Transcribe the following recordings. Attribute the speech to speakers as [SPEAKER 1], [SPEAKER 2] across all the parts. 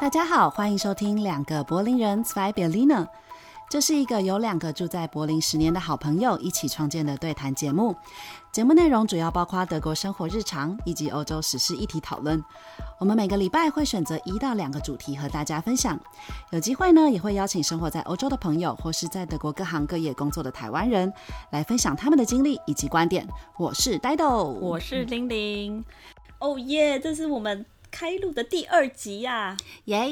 [SPEAKER 1] 大家好，欢迎收听两个柏林人 Zwei Berliner。这是一个由两个住在柏林十年的好朋友一起创建的对谈节目。节目内容主要包括德国生活日常以及欧洲时事议题讨论。我们每个礼拜会选择一到两个主题和大家分享。有机会呢，也会邀请生活在欧洲的朋友，或是在德国各行各业工作的台湾人，来分享他们的经历以及观点。我是呆豆，
[SPEAKER 2] 我是
[SPEAKER 1] 嗯
[SPEAKER 2] 玲玲。哦耶，这是我们开录的第二集呀、
[SPEAKER 1] 耶、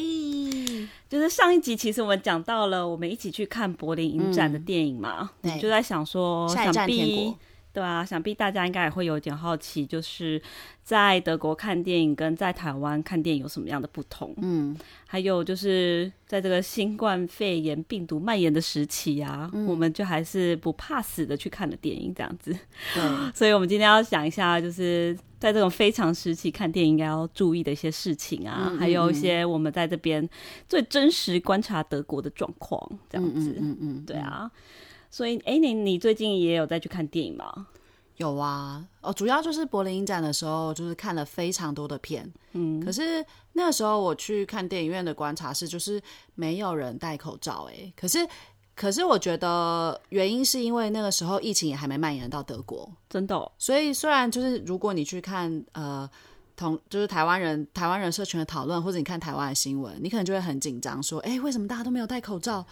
[SPEAKER 2] 就是上一集，其实我们讲到了，我们一起去看柏林影展的电影嘛，
[SPEAKER 1] 嗯对
[SPEAKER 2] 就在想说，
[SPEAKER 1] 下一站
[SPEAKER 2] 想
[SPEAKER 1] 天
[SPEAKER 2] 必
[SPEAKER 1] 国
[SPEAKER 2] 对啊，想必大家应该也会有点好奇，就是在德国看电影跟在台湾看电影有什么样的不同？
[SPEAKER 1] 嗯，
[SPEAKER 2] 还有就是在这个新冠肺炎病毒蔓延的时期啊，
[SPEAKER 1] 嗯
[SPEAKER 2] 我们就还是不怕死的去看了电影， 这样子。
[SPEAKER 1] 对，
[SPEAKER 2] 所以我们今天要讲一下，就是在这种非常时期看电影应该要注意的一些事情啊，
[SPEAKER 1] 嗯嗯
[SPEAKER 2] 还有一些我们在这边最真实观察德国的状况，这样子。
[SPEAKER 1] 嗯嗯嗯，
[SPEAKER 2] 对啊，所以哎、你你最近也有在去看电影吗？
[SPEAKER 1] 有啊，哦，主要就是柏林影展的时候，就是看了非常多的片。
[SPEAKER 2] 嗯，
[SPEAKER 1] 可是那时候我去看电影院的观察室，就是没有人戴口罩、欸，可是。可是我觉得原因是因为那个时候疫情也还没蔓延到德国，
[SPEAKER 2] 真的哦、
[SPEAKER 1] 所以虽然就是如果你去看呃同就是台湾人台湾人社群的讨论，或者你看台湾的新闻，你可能就会很紧张，说哎、诶为什么大家都没有戴口罩？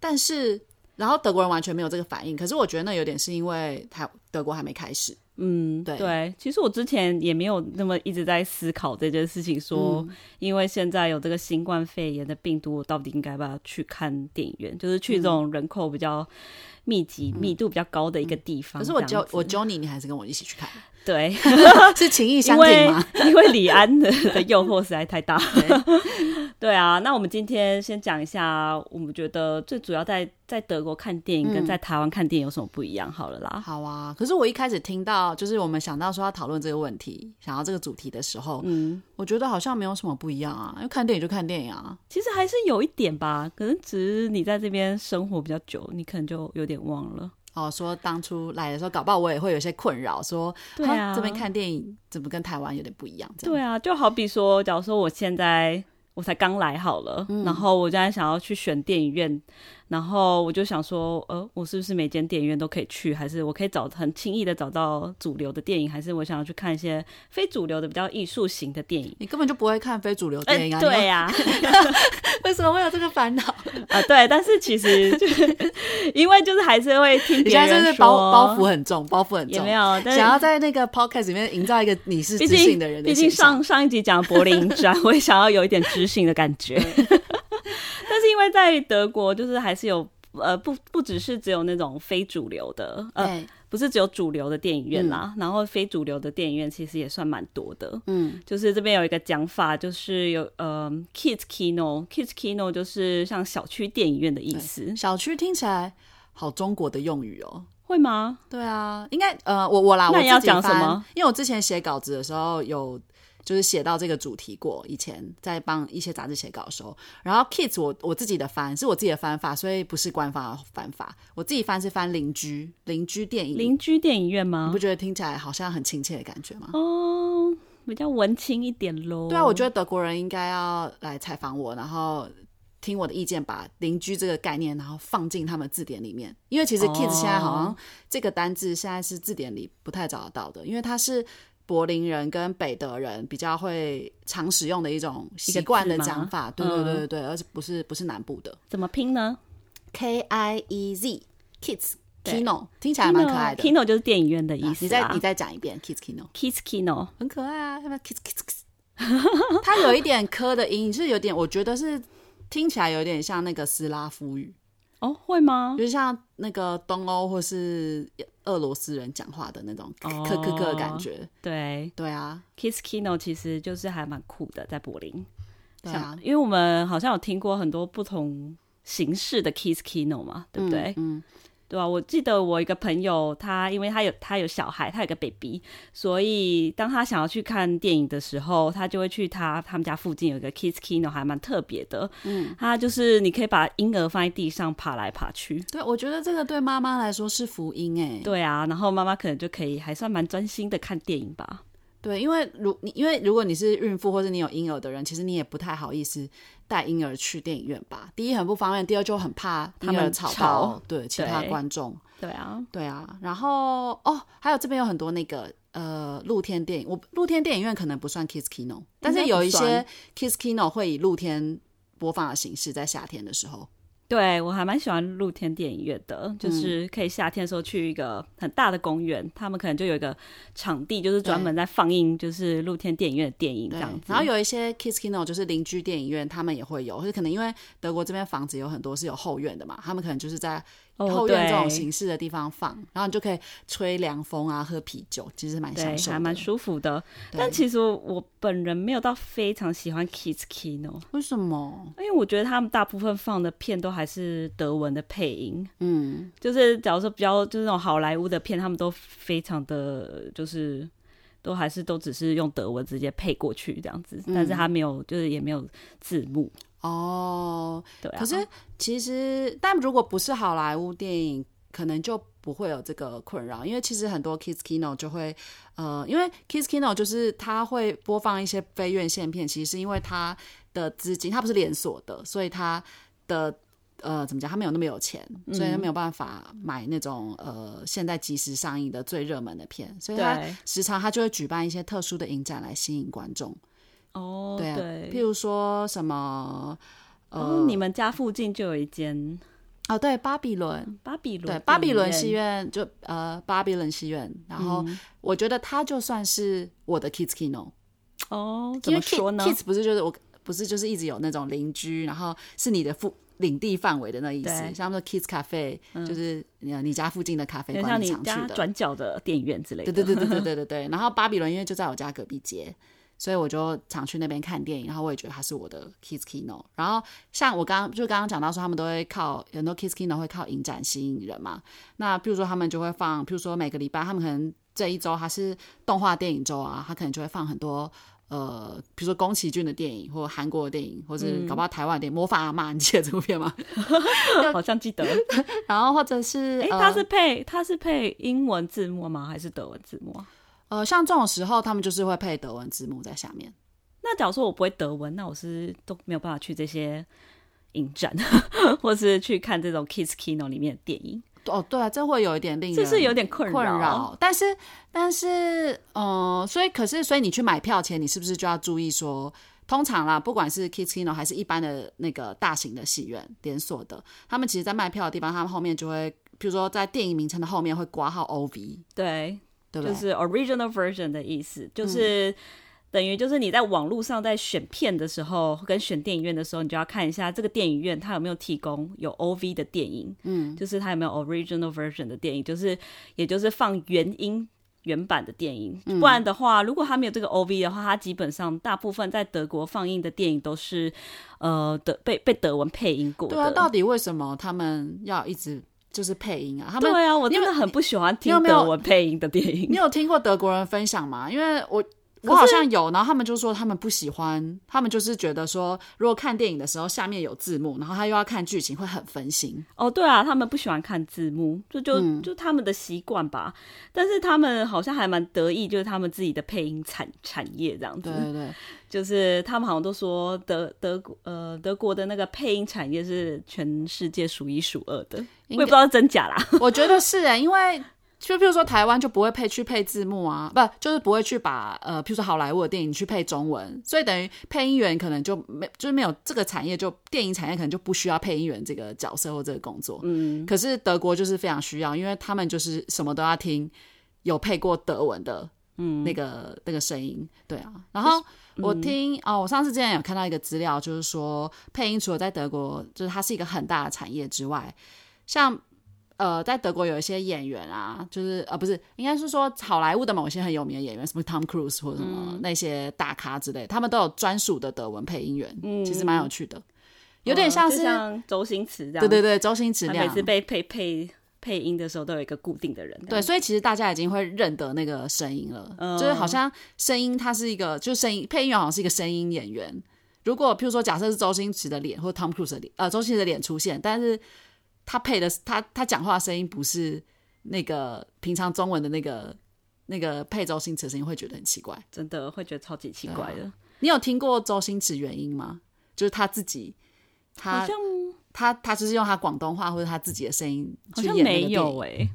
[SPEAKER 1] 但是然后德国人完全没有这个反应，可是我觉得那有点是因为台德国还没开始，
[SPEAKER 2] 嗯，
[SPEAKER 1] 对
[SPEAKER 2] 其实我之前也没有那么一直在思考这件事情说，
[SPEAKER 1] 嗯
[SPEAKER 2] 因为现在有这个新冠肺炎的病毒，我到底应该不要去看电影院？就是
[SPEAKER 1] 嗯
[SPEAKER 2] 去这种人口比较密集、密度比较高的一个地方。
[SPEAKER 1] 可是我
[SPEAKER 2] 这
[SPEAKER 1] 揪
[SPEAKER 2] 样子
[SPEAKER 1] 我揪你，你还是跟我一起 去看，
[SPEAKER 2] 对，
[SPEAKER 1] 是情意
[SPEAKER 2] 因
[SPEAKER 1] 相挺
[SPEAKER 2] 为
[SPEAKER 1] 吗？
[SPEAKER 2] 因为 李安的的诱惑实在太大。 对啊，那我们今天先讲一下，我们觉得最主要在在德国看电影跟在台湾看电影有什么不一样？好了啦，
[SPEAKER 1] 嗯好啊，可是我一开始听到，就是我们想到说要讨论这个问题，想到这个主题的时候，
[SPEAKER 2] 嗯，
[SPEAKER 1] 我觉得好像没有什么不一样啊，因为看电影就看电影啊，
[SPEAKER 2] 其实还是有一点吧，可能只是你在这边生活比较久，你可能就有点忘了。
[SPEAKER 1] 哦，说当初来的时候，搞不好我也会有些困扰，说
[SPEAKER 2] 对
[SPEAKER 1] 哈
[SPEAKER 2] 啊，
[SPEAKER 1] 这边看电影怎么跟台湾有点不一样？这样
[SPEAKER 2] 对啊，就好比说，假如说我现在我才刚来好了，
[SPEAKER 1] 嗯
[SPEAKER 2] 然后我现在想要去选电影院，然后我就想说，呃，我是不是每间电影院都可以去，还是我可以找很轻易的找到主流的电影，还是我想要去看一些非主流的比较艺术型的电影？
[SPEAKER 1] 你根本就不会看非主流
[SPEAKER 2] 哎
[SPEAKER 1] 电影啊！
[SPEAKER 2] 对呀、啊，
[SPEAKER 1] 你为什么会有这个烦恼？
[SPEAKER 2] 啊对，但是其实就是 因为就是还是会听
[SPEAKER 1] 你
[SPEAKER 2] 别
[SPEAKER 1] 现在真
[SPEAKER 2] 人说
[SPEAKER 1] 是包包袱很重，包袱很
[SPEAKER 2] 也
[SPEAKER 1] 重
[SPEAKER 2] 没，有，但是
[SPEAKER 1] 想要在那个 podcast 里面营造一个你是
[SPEAKER 2] 毕
[SPEAKER 1] 自信
[SPEAKER 2] 竟
[SPEAKER 1] 的人的
[SPEAKER 2] 毕竟
[SPEAKER 1] 形象
[SPEAKER 2] 上上一集讲柏林影展，我也想要有一点知性的感 觉。 但是因为在德国，就是还是有呃不不只是只有那种非主流的，呃
[SPEAKER 1] 对，
[SPEAKER 2] 不是只有主流的电影院啦，然后非主流的电影院其实也算蛮多的。
[SPEAKER 1] 嗯
[SPEAKER 2] 就是这边有一个讲法，就是有呃 kids kino，kids kino 就是像小区电影院的意思，
[SPEAKER 1] 小区听起来好中国的用语哦。
[SPEAKER 2] 会吗？
[SPEAKER 1] 对啊，应该呃，我我啦，
[SPEAKER 2] 那
[SPEAKER 1] 我
[SPEAKER 2] 你要
[SPEAKER 1] 自己
[SPEAKER 2] 讲什
[SPEAKER 1] 翻
[SPEAKER 2] 么？
[SPEAKER 1] 因为我之前写稿子的时候有就是写到这个主题过，以前在帮一些杂志写稿的时候，然后 kids 我我自己的翻是我自己的翻法，所以不是官方的翻法，我自己翻是翻邻居邻居电影，
[SPEAKER 2] 邻居电影院
[SPEAKER 1] 你
[SPEAKER 2] 吗
[SPEAKER 1] 嗯不？觉得听起来好像很亲切的感觉吗？
[SPEAKER 2] 哦，比较文青一点喽。
[SPEAKER 1] 对啊，我觉得德国人应该要来采访我，然后听我的意见，把邻居这个概念，然后放进他们字典里面。因为其实
[SPEAKER 2] 哦
[SPEAKER 1] kids 现在好像这个单字现在是字典里不太找得到的，因为它是柏林人跟北德人比较会常使用的一种习惯的讲法。
[SPEAKER 2] 一个
[SPEAKER 1] 对
[SPEAKER 2] 字吗
[SPEAKER 1] 对对对对，而且不是不是南部的
[SPEAKER 2] 怎么拼呢？
[SPEAKER 1] K I E Z kids
[SPEAKER 2] 对
[SPEAKER 1] kino 听起来蛮可爱的。
[SPEAKER 2] Kino 就是电影院的意
[SPEAKER 1] 啊
[SPEAKER 2] 思、啊。
[SPEAKER 1] 你再你再讲一遍 kids kino。
[SPEAKER 2] Kiss Kino，
[SPEAKER 1] 很可爱啊，要不要 kiss kiss kiss？它有一点科的音，是有点，我觉得是听起来有点像那个斯拉夫语，
[SPEAKER 2] 哦，会吗？
[SPEAKER 1] 就像那个东欧或是俄罗斯人讲话的那种
[SPEAKER 2] 哦
[SPEAKER 1] 咯咯咯的感觉。
[SPEAKER 2] 对
[SPEAKER 1] 对啊，
[SPEAKER 2] ，Kiss Kino 其实就是还蛮酷的，在柏林。
[SPEAKER 1] 对
[SPEAKER 2] 像
[SPEAKER 1] 啊，
[SPEAKER 2] 因为我们好像有听过很多不同形式的 Kiss Kino 嘛，对不对？
[SPEAKER 1] 嗯，
[SPEAKER 2] 对啊，我记得我一个朋友，他因为他有他有小孩，他有个 baby，所以当他想要去看电影的时候，他就会去他他们家附近有一个 Kiss Kino，还蛮特别的。嗯，他就是你可以把婴儿放在地上爬来爬去，
[SPEAKER 1] 对，我觉得这个对妈妈来说是福音哎、
[SPEAKER 2] 对啊，然后妈妈可能就可以还算蛮专心的看电影吧。
[SPEAKER 1] 对，因为如你因为如果你是孕妇或者你有婴儿的人，其实你也不太好意思带婴儿去电影院吧。第一很不方便，第二就很怕
[SPEAKER 2] 他
[SPEAKER 1] 婴儿
[SPEAKER 2] 们
[SPEAKER 1] 吵到
[SPEAKER 2] 吵
[SPEAKER 1] 对其他
[SPEAKER 2] 对
[SPEAKER 1] 观众。
[SPEAKER 2] 对啊，
[SPEAKER 1] 对啊，然后哦，还有这边有很多那个呃露天电影，我露天电影院可能不算 Kiss Kino，但是
[SPEAKER 2] 不
[SPEAKER 1] 有一些
[SPEAKER 2] 算
[SPEAKER 1] Kiss Kino 会以露天播放的形式，在夏天的时候。
[SPEAKER 2] 对我还蛮喜欢露天电影院的，
[SPEAKER 1] 嗯
[SPEAKER 2] 就是可以夏天的时候去一个很大的公园，他们可能就有一个场地，就是专门在放映就是露天电影院的电影这
[SPEAKER 1] 对
[SPEAKER 2] 样，子。
[SPEAKER 1] 然后有一些 Kiss Kino 就是邻居电影院，他们也会有，就是可能因为德国这边房子有很多是有后院的嘛，他们可能就是在
[SPEAKER 2] 哦
[SPEAKER 1] 后院这种
[SPEAKER 2] 对
[SPEAKER 1] 形式的地方放，然后你就可以吹凉风啊，喝啤酒，其实蛮享
[SPEAKER 2] 对，
[SPEAKER 1] 受的，
[SPEAKER 2] 还蛮舒服的。
[SPEAKER 1] 对
[SPEAKER 2] 但其实我本人没有到非常喜欢 Kids Kino，
[SPEAKER 1] 为什么？
[SPEAKER 2] 因为我觉得他们大部分放的片都还是德文的配音，
[SPEAKER 1] 嗯，
[SPEAKER 2] 就是假如说比较就是那种好莱坞的片，他们都非常的就是都还是都只是用德文直接配过去这样子，但
[SPEAKER 1] 嗯
[SPEAKER 2] 是他没有就是也没有字幕，
[SPEAKER 1] 哦，
[SPEAKER 2] 对啊。
[SPEAKER 1] 可是其实，但如果不是好莱坞电影，可能就不会有这个困扰，因为其实很多 Kids Kino 就会，呃，因为 Kids Kino 就是它会播放一些非院线片，其实是因为它的资金，它不是连锁的，所以它的。呃，怎么讲？他没有那么有钱，
[SPEAKER 2] 嗯
[SPEAKER 1] 所以他没有办法买那种呃现在即时上映的最热门的片，所以他
[SPEAKER 2] 对
[SPEAKER 1] 时常他就会举办一些特殊的影展来吸引观众。
[SPEAKER 2] 哦，
[SPEAKER 1] 对啊，譬
[SPEAKER 2] 对，
[SPEAKER 1] 如呃说什么
[SPEAKER 2] 哦，你们家附近就有一间
[SPEAKER 1] 哦，对，巴比伦，
[SPEAKER 2] 巴比伦，
[SPEAKER 1] 对，巴比伦戏，院嗯就呃，巴比伦戏院，然后我觉得它就算是我的 Kids Kino，
[SPEAKER 2] 哦，
[SPEAKER 1] 因
[SPEAKER 2] 怎
[SPEAKER 1] 为
[SPEAKER 2] 么说呢
[SPEAKER 1] Kids？Kids 不是就是我不是就是一直有那种邻居，然后是你的附领地范围的那意思，
[SPEAKER 2] 对
[SPEAKER 1] 像他们说 Kids Cafe，、就是你你家附近的咖啡
[SPEAKER 2] 很
[SPEAKER 1] 馆，
[SPEAKER 2] 像
[SPEAKER 1] 你
[SPEAKER 2] 你
[SPEAKER 1] 常
[SPEAKER 2] 家
[SPEAKER 1] 去的，
[SPEAKER 2] 转角的电影院之类的。
[SPEAKER 1] 对对对对对对对对。然后巴比伦因为就在我家隔壁街，所以我就常去那边看电影。然后我也觉得它是我的 Kids Kino。然后像我刚刚就刚刚讲到说，他们都会靠很多 Kids Kino 会靠影展吸引人嘛。那比如说他们就会放，比如说每个礼拜他们可能这一周它是动画电影周啊，他可能就会放很多。呃，比如说宫崎骏的电影，或韩国的电影，或者
[SPEAKER 2] 嗯
[SPEAKER 1] 搞不好台湾的电影《魔法阿妈》，你记得这部片吗？
[SPEAKER 2] 好像记得，
[SPEAKER 1] 然后或者是，
[SPEAKER 2] 哎，
[SPEAKER 1] 呃
[SPEAKER 2] 它是配它是配英文字幕吗？还是德文字幕啊？
[SPEAKER 1] 呃，像这种时候，他们就是会配德文字幕在下面。
[SPEAKER 2] 那假如说我不会德文，那我是都没有办法去这些影展， 或是去看这种 Kids Kino 里面的电影，
[SPEAKER 1] 哦，对啊，这会有一点令人
[SPEAKER 2] 这是有点困
[SPEAKER 1] 困
[SPEAKER 2] 扰。
[SPEAKER 1] 扰，但是但是，嗯、所以可是，所以你去买票前，你是不是就要注意说，通常啦，不管是 Kids Kino 还是一般的那个大型的戏院连锁的，他们其实在卖票的地方，他们后面就会，比如说在电影名称的后面会挂号 OV，
[SPEAKER 2] 对，
[SPEAKER 1] 对不对？嗯
[SPEAKER 2] 就是 original version 的意思，就是。等于就是你在网络上在选片的时候，跟选电影院的时候，你就要看一下这个电影院它有没有提供有 OV 的电影，嗯，就是它有没有 original version 的电影，就是也就是放原音原版的电影。
[SPEAKER 1] 嗯
[SPEAKER 2] 不然的话，如果它没有这个 OV 的话，它基本上大部分在德国放映的电影都是呃德被被德文配音过的。
[SPEAKER 1] 对啊，到底为什么他们要一直就是配音啊？他们
[SPEAKER 2] 对啊，我
[SPEAKER 1] 你有
[SPEAKER 2] 真的很不喜欢
[SPEAKER 1] 你有
[SPEAKER 2] 听
[SPEAKER 1] 没有
[SPEAKER 2] 德文配音的电影。
[SPEAKER 1] 你有听过德国人分享吗？因为我我好像有，然后他们就说他们不喜欢，他们就是觉得说，如果看电影的时候下面有字幕，然后他又要看剧情，会很分心。
[SPEAKER 2] 哦，对啊，他们不喜欢看字幕，就就、
[SPEAKER 1] 嗯
[SPEAKER 2] 就他们的习惯吧。但是他们好像还蛮得意，就是他们自己的配音产产业这样子
[SPEAKER 1] 对。对对，
[SPEAKER 2] 就是他们好像都说德德国呃德国的那个配音产业是全世界数一数二的，我也不知道真假啦。
[SPEAKER 1] 我觉得是哎、因为。就譬如说，台湾就不会配去配字幕啊，不就是不会去把呃，譬如说好莱坞的电影去配中文，所以等于配音员可能就没就是没有这个产业就，电影产业可能就不需要配音员这个角色或这个工作。嗯，可是德国就是非常需要，因为他们就是什么都要听有配过德文的，嗯，那个那个声音，对啊。然后我听、哦，我上次之前有看到一个资料，就是说配音除了在德国就是它是一个很大的产业之外，像呃，在德国有一些演员啊，就是呃，不是，应该是说好莱坞的某些很有名的演员，什么 Tom Cruise 或者什么、那些大咖之类，他们都有专属的德文配音员，其实蛮有趣的，有 点像
[SPEAKER 2] 嗯
[SPEAKER 1] 是、
[SPEAKER 2] 就像周星驰这样，
[SPEAKER 1] 对对对，周星驰
[SPEAKER 2] 他
[SPEAKER 1] 那样
[SPEAKER 2] 每，次被配配配音的时候都有一个固定的人。
[SPEAKER 1] 对，，所以其实大家已经会认得那个声音了，
[SPEAKER 2] 嗯
[SPEAKER 1] 就是好像声音它是一个，就声音配音员好像是一个声音演员。如果譬如说假设是周星驰的脸或 Tom Cruise 的脸，呃，周星驰的脸出现，但是他配的他他讲话的声音不是那个平常中文的那个那个配周星驰的声音会觉得很奇怪。
[SPEAKER 2] 真的会觉得超级奇怪的。
[SPEAKER 1] 你有听过周星驰原音吗？就是他自己，
[SPEAKER 2] 好
[SPEAKER 1] 他
[SPEAKER 2] 像
[SPEAKER 1] 他他就是用他广东话或者他自己的声音
[SPEAKER 2] 好
[SPEAKER 1] 去
[SPEAKER 2] 像
[SPEAKER 1] 演那
[SPEAKER 2] 没
[SPEAKER 1] 个电
[SPEAKER 2] 有
[SPEAKER 1] 影，
[SPEAKER 2] 哎、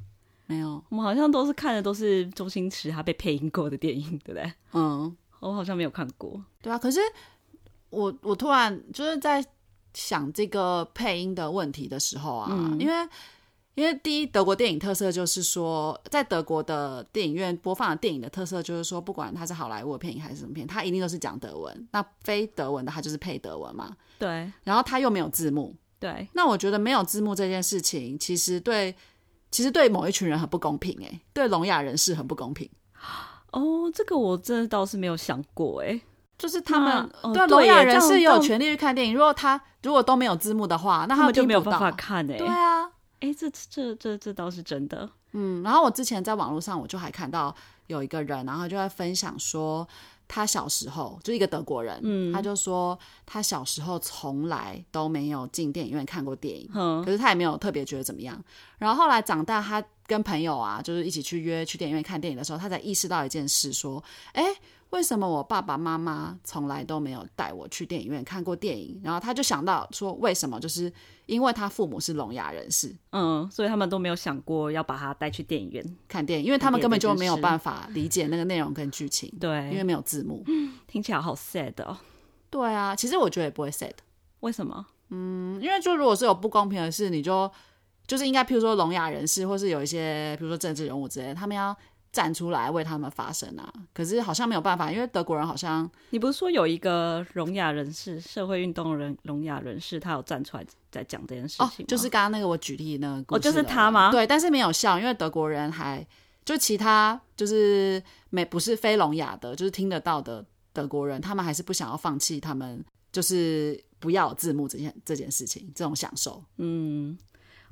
[SPEAKER 1] 没有，
[SPEAKER 2] 我们好像都是看的都是周星驰他被配音过的电影，对不对？
[SPEAKER 1] 嗯，
[SPEAKER 2] 我好像没有看过。
[SPEAKER 1] 对啊。可是我我突然就是在想这个配音的问题的时候啊，因为因为第一德国电影特色就是说，在德国的电影院播放的电影的特色就是说，不管它是好莱坞的片还是什么片，它一定都是讲德文。那非德文的，它就是配德文嘛。
[SPEAKER 2] 对
[SPEAKER 1] 然后它又没有字幕，
[SPEAKER 2] 对，
[SPEAKER 1] 那我觉得没有字幕这件事情，其实对，其实对某一群人很不公平、欸，对聋哑人士很不公平。
[SPEAKER 2] 哦，这个我真的倒是没有想过哎、
[SPEAKER 1] 就是他们、
[SPEAKER 2] 那哦
[SPEAKER 1] 对
[SPEAKER 2] 对
[SPEAKER 1] 聋哑
[SPEAKER 2] 耶
[SPEAKER 1] 人
[SPEAKER 2] 这样
[SPEAKER 1] 士也有
[SPEAKER 2] 这样
[SPEAKER 1] 权利去看电影，如果他如果都没有字幕的话，那
[SPEAKER 2] 他
[SPEAKER 1] 们
[SPEAKER 2] 们就没有办法
[SPEAKER 1] 看。
[SPEAKER 2] 看哎、
[SPEAKER 1] 对啊，
[SPEAKER 2] 哎，这这这这倒是真的。
[SPEAKER 1] 嗯。然后我之前在网络上，我就还看到有一个人，然后就在分享说，他小时候就一个德国人，嗯，他就说他小时候从来都没有进电影院看过电影，
[SPEAKER 2] 嗯
[SPEAKER 1] 可是他也没有特别觉得怎么样。然后后来长大，他跟朋友啊，就是一起去约去电影院看电影的时候，他才意识到一件事，说：“哎，为什么我爸爸妈妈从来都没有带我去电影院看过电影？”然后他就想到说，为什么？就是因为他父母是聋哑人士，
[SPEAKER 2] 嗯，所以他们都没有想过要把他带去电影院。
[SPEAKER 1] 看电影，因为他们
[SPEAKER 2] 看
[SPEAKER 1] 根本
[SPEAKER 2] 电影
[SPEAKER 1] 就没有
[SPEAKER 2] 这件事
[SPEAKER 1] 办法理解那个内容跟剧情，因为
[SPEAKER 2] 对，
[SPEAKER 1] 没有字
[SPEAKER 2] 嗯
[SPEAKER 1] 幕。
[SPEAKER 2] 听起来好 sad 哦。
[SPEAKER 1] 对啊，其实我觉得也不会 sad，
[SPEAKER 2] 为什么？
[SPEAKER 1] 因为就如果是有不公平的事，你就就是应该，譬如说聋哑人士，或是有一些比如说政治人物之类的，他们要站出来为他们发声啊。可是好像没有办法，因为德国人好像
[SPEAKER 2] 你不是说有一个聋哑人士，社会运动人聋哑人士，他有站出来在讲这件事
[SPEAKER 1] 哦
[SPEAKER 2] 情吗、，
[SPEAKER 1] 就是刚刚那个我举例那个故
[SPEAKER 2] 哦
[SPEAKER 1] 事的
[SPEAKER 2] 就是他吗
[SPEAKER 1] 对，但是没有效，因为德国人还就其他就是没不是非聋哑的，就是听得到的德国人，他们还是不想要放弃他们就是不要有字幕这件这件事情这种享受。
[SPEAKER 2] 嗯，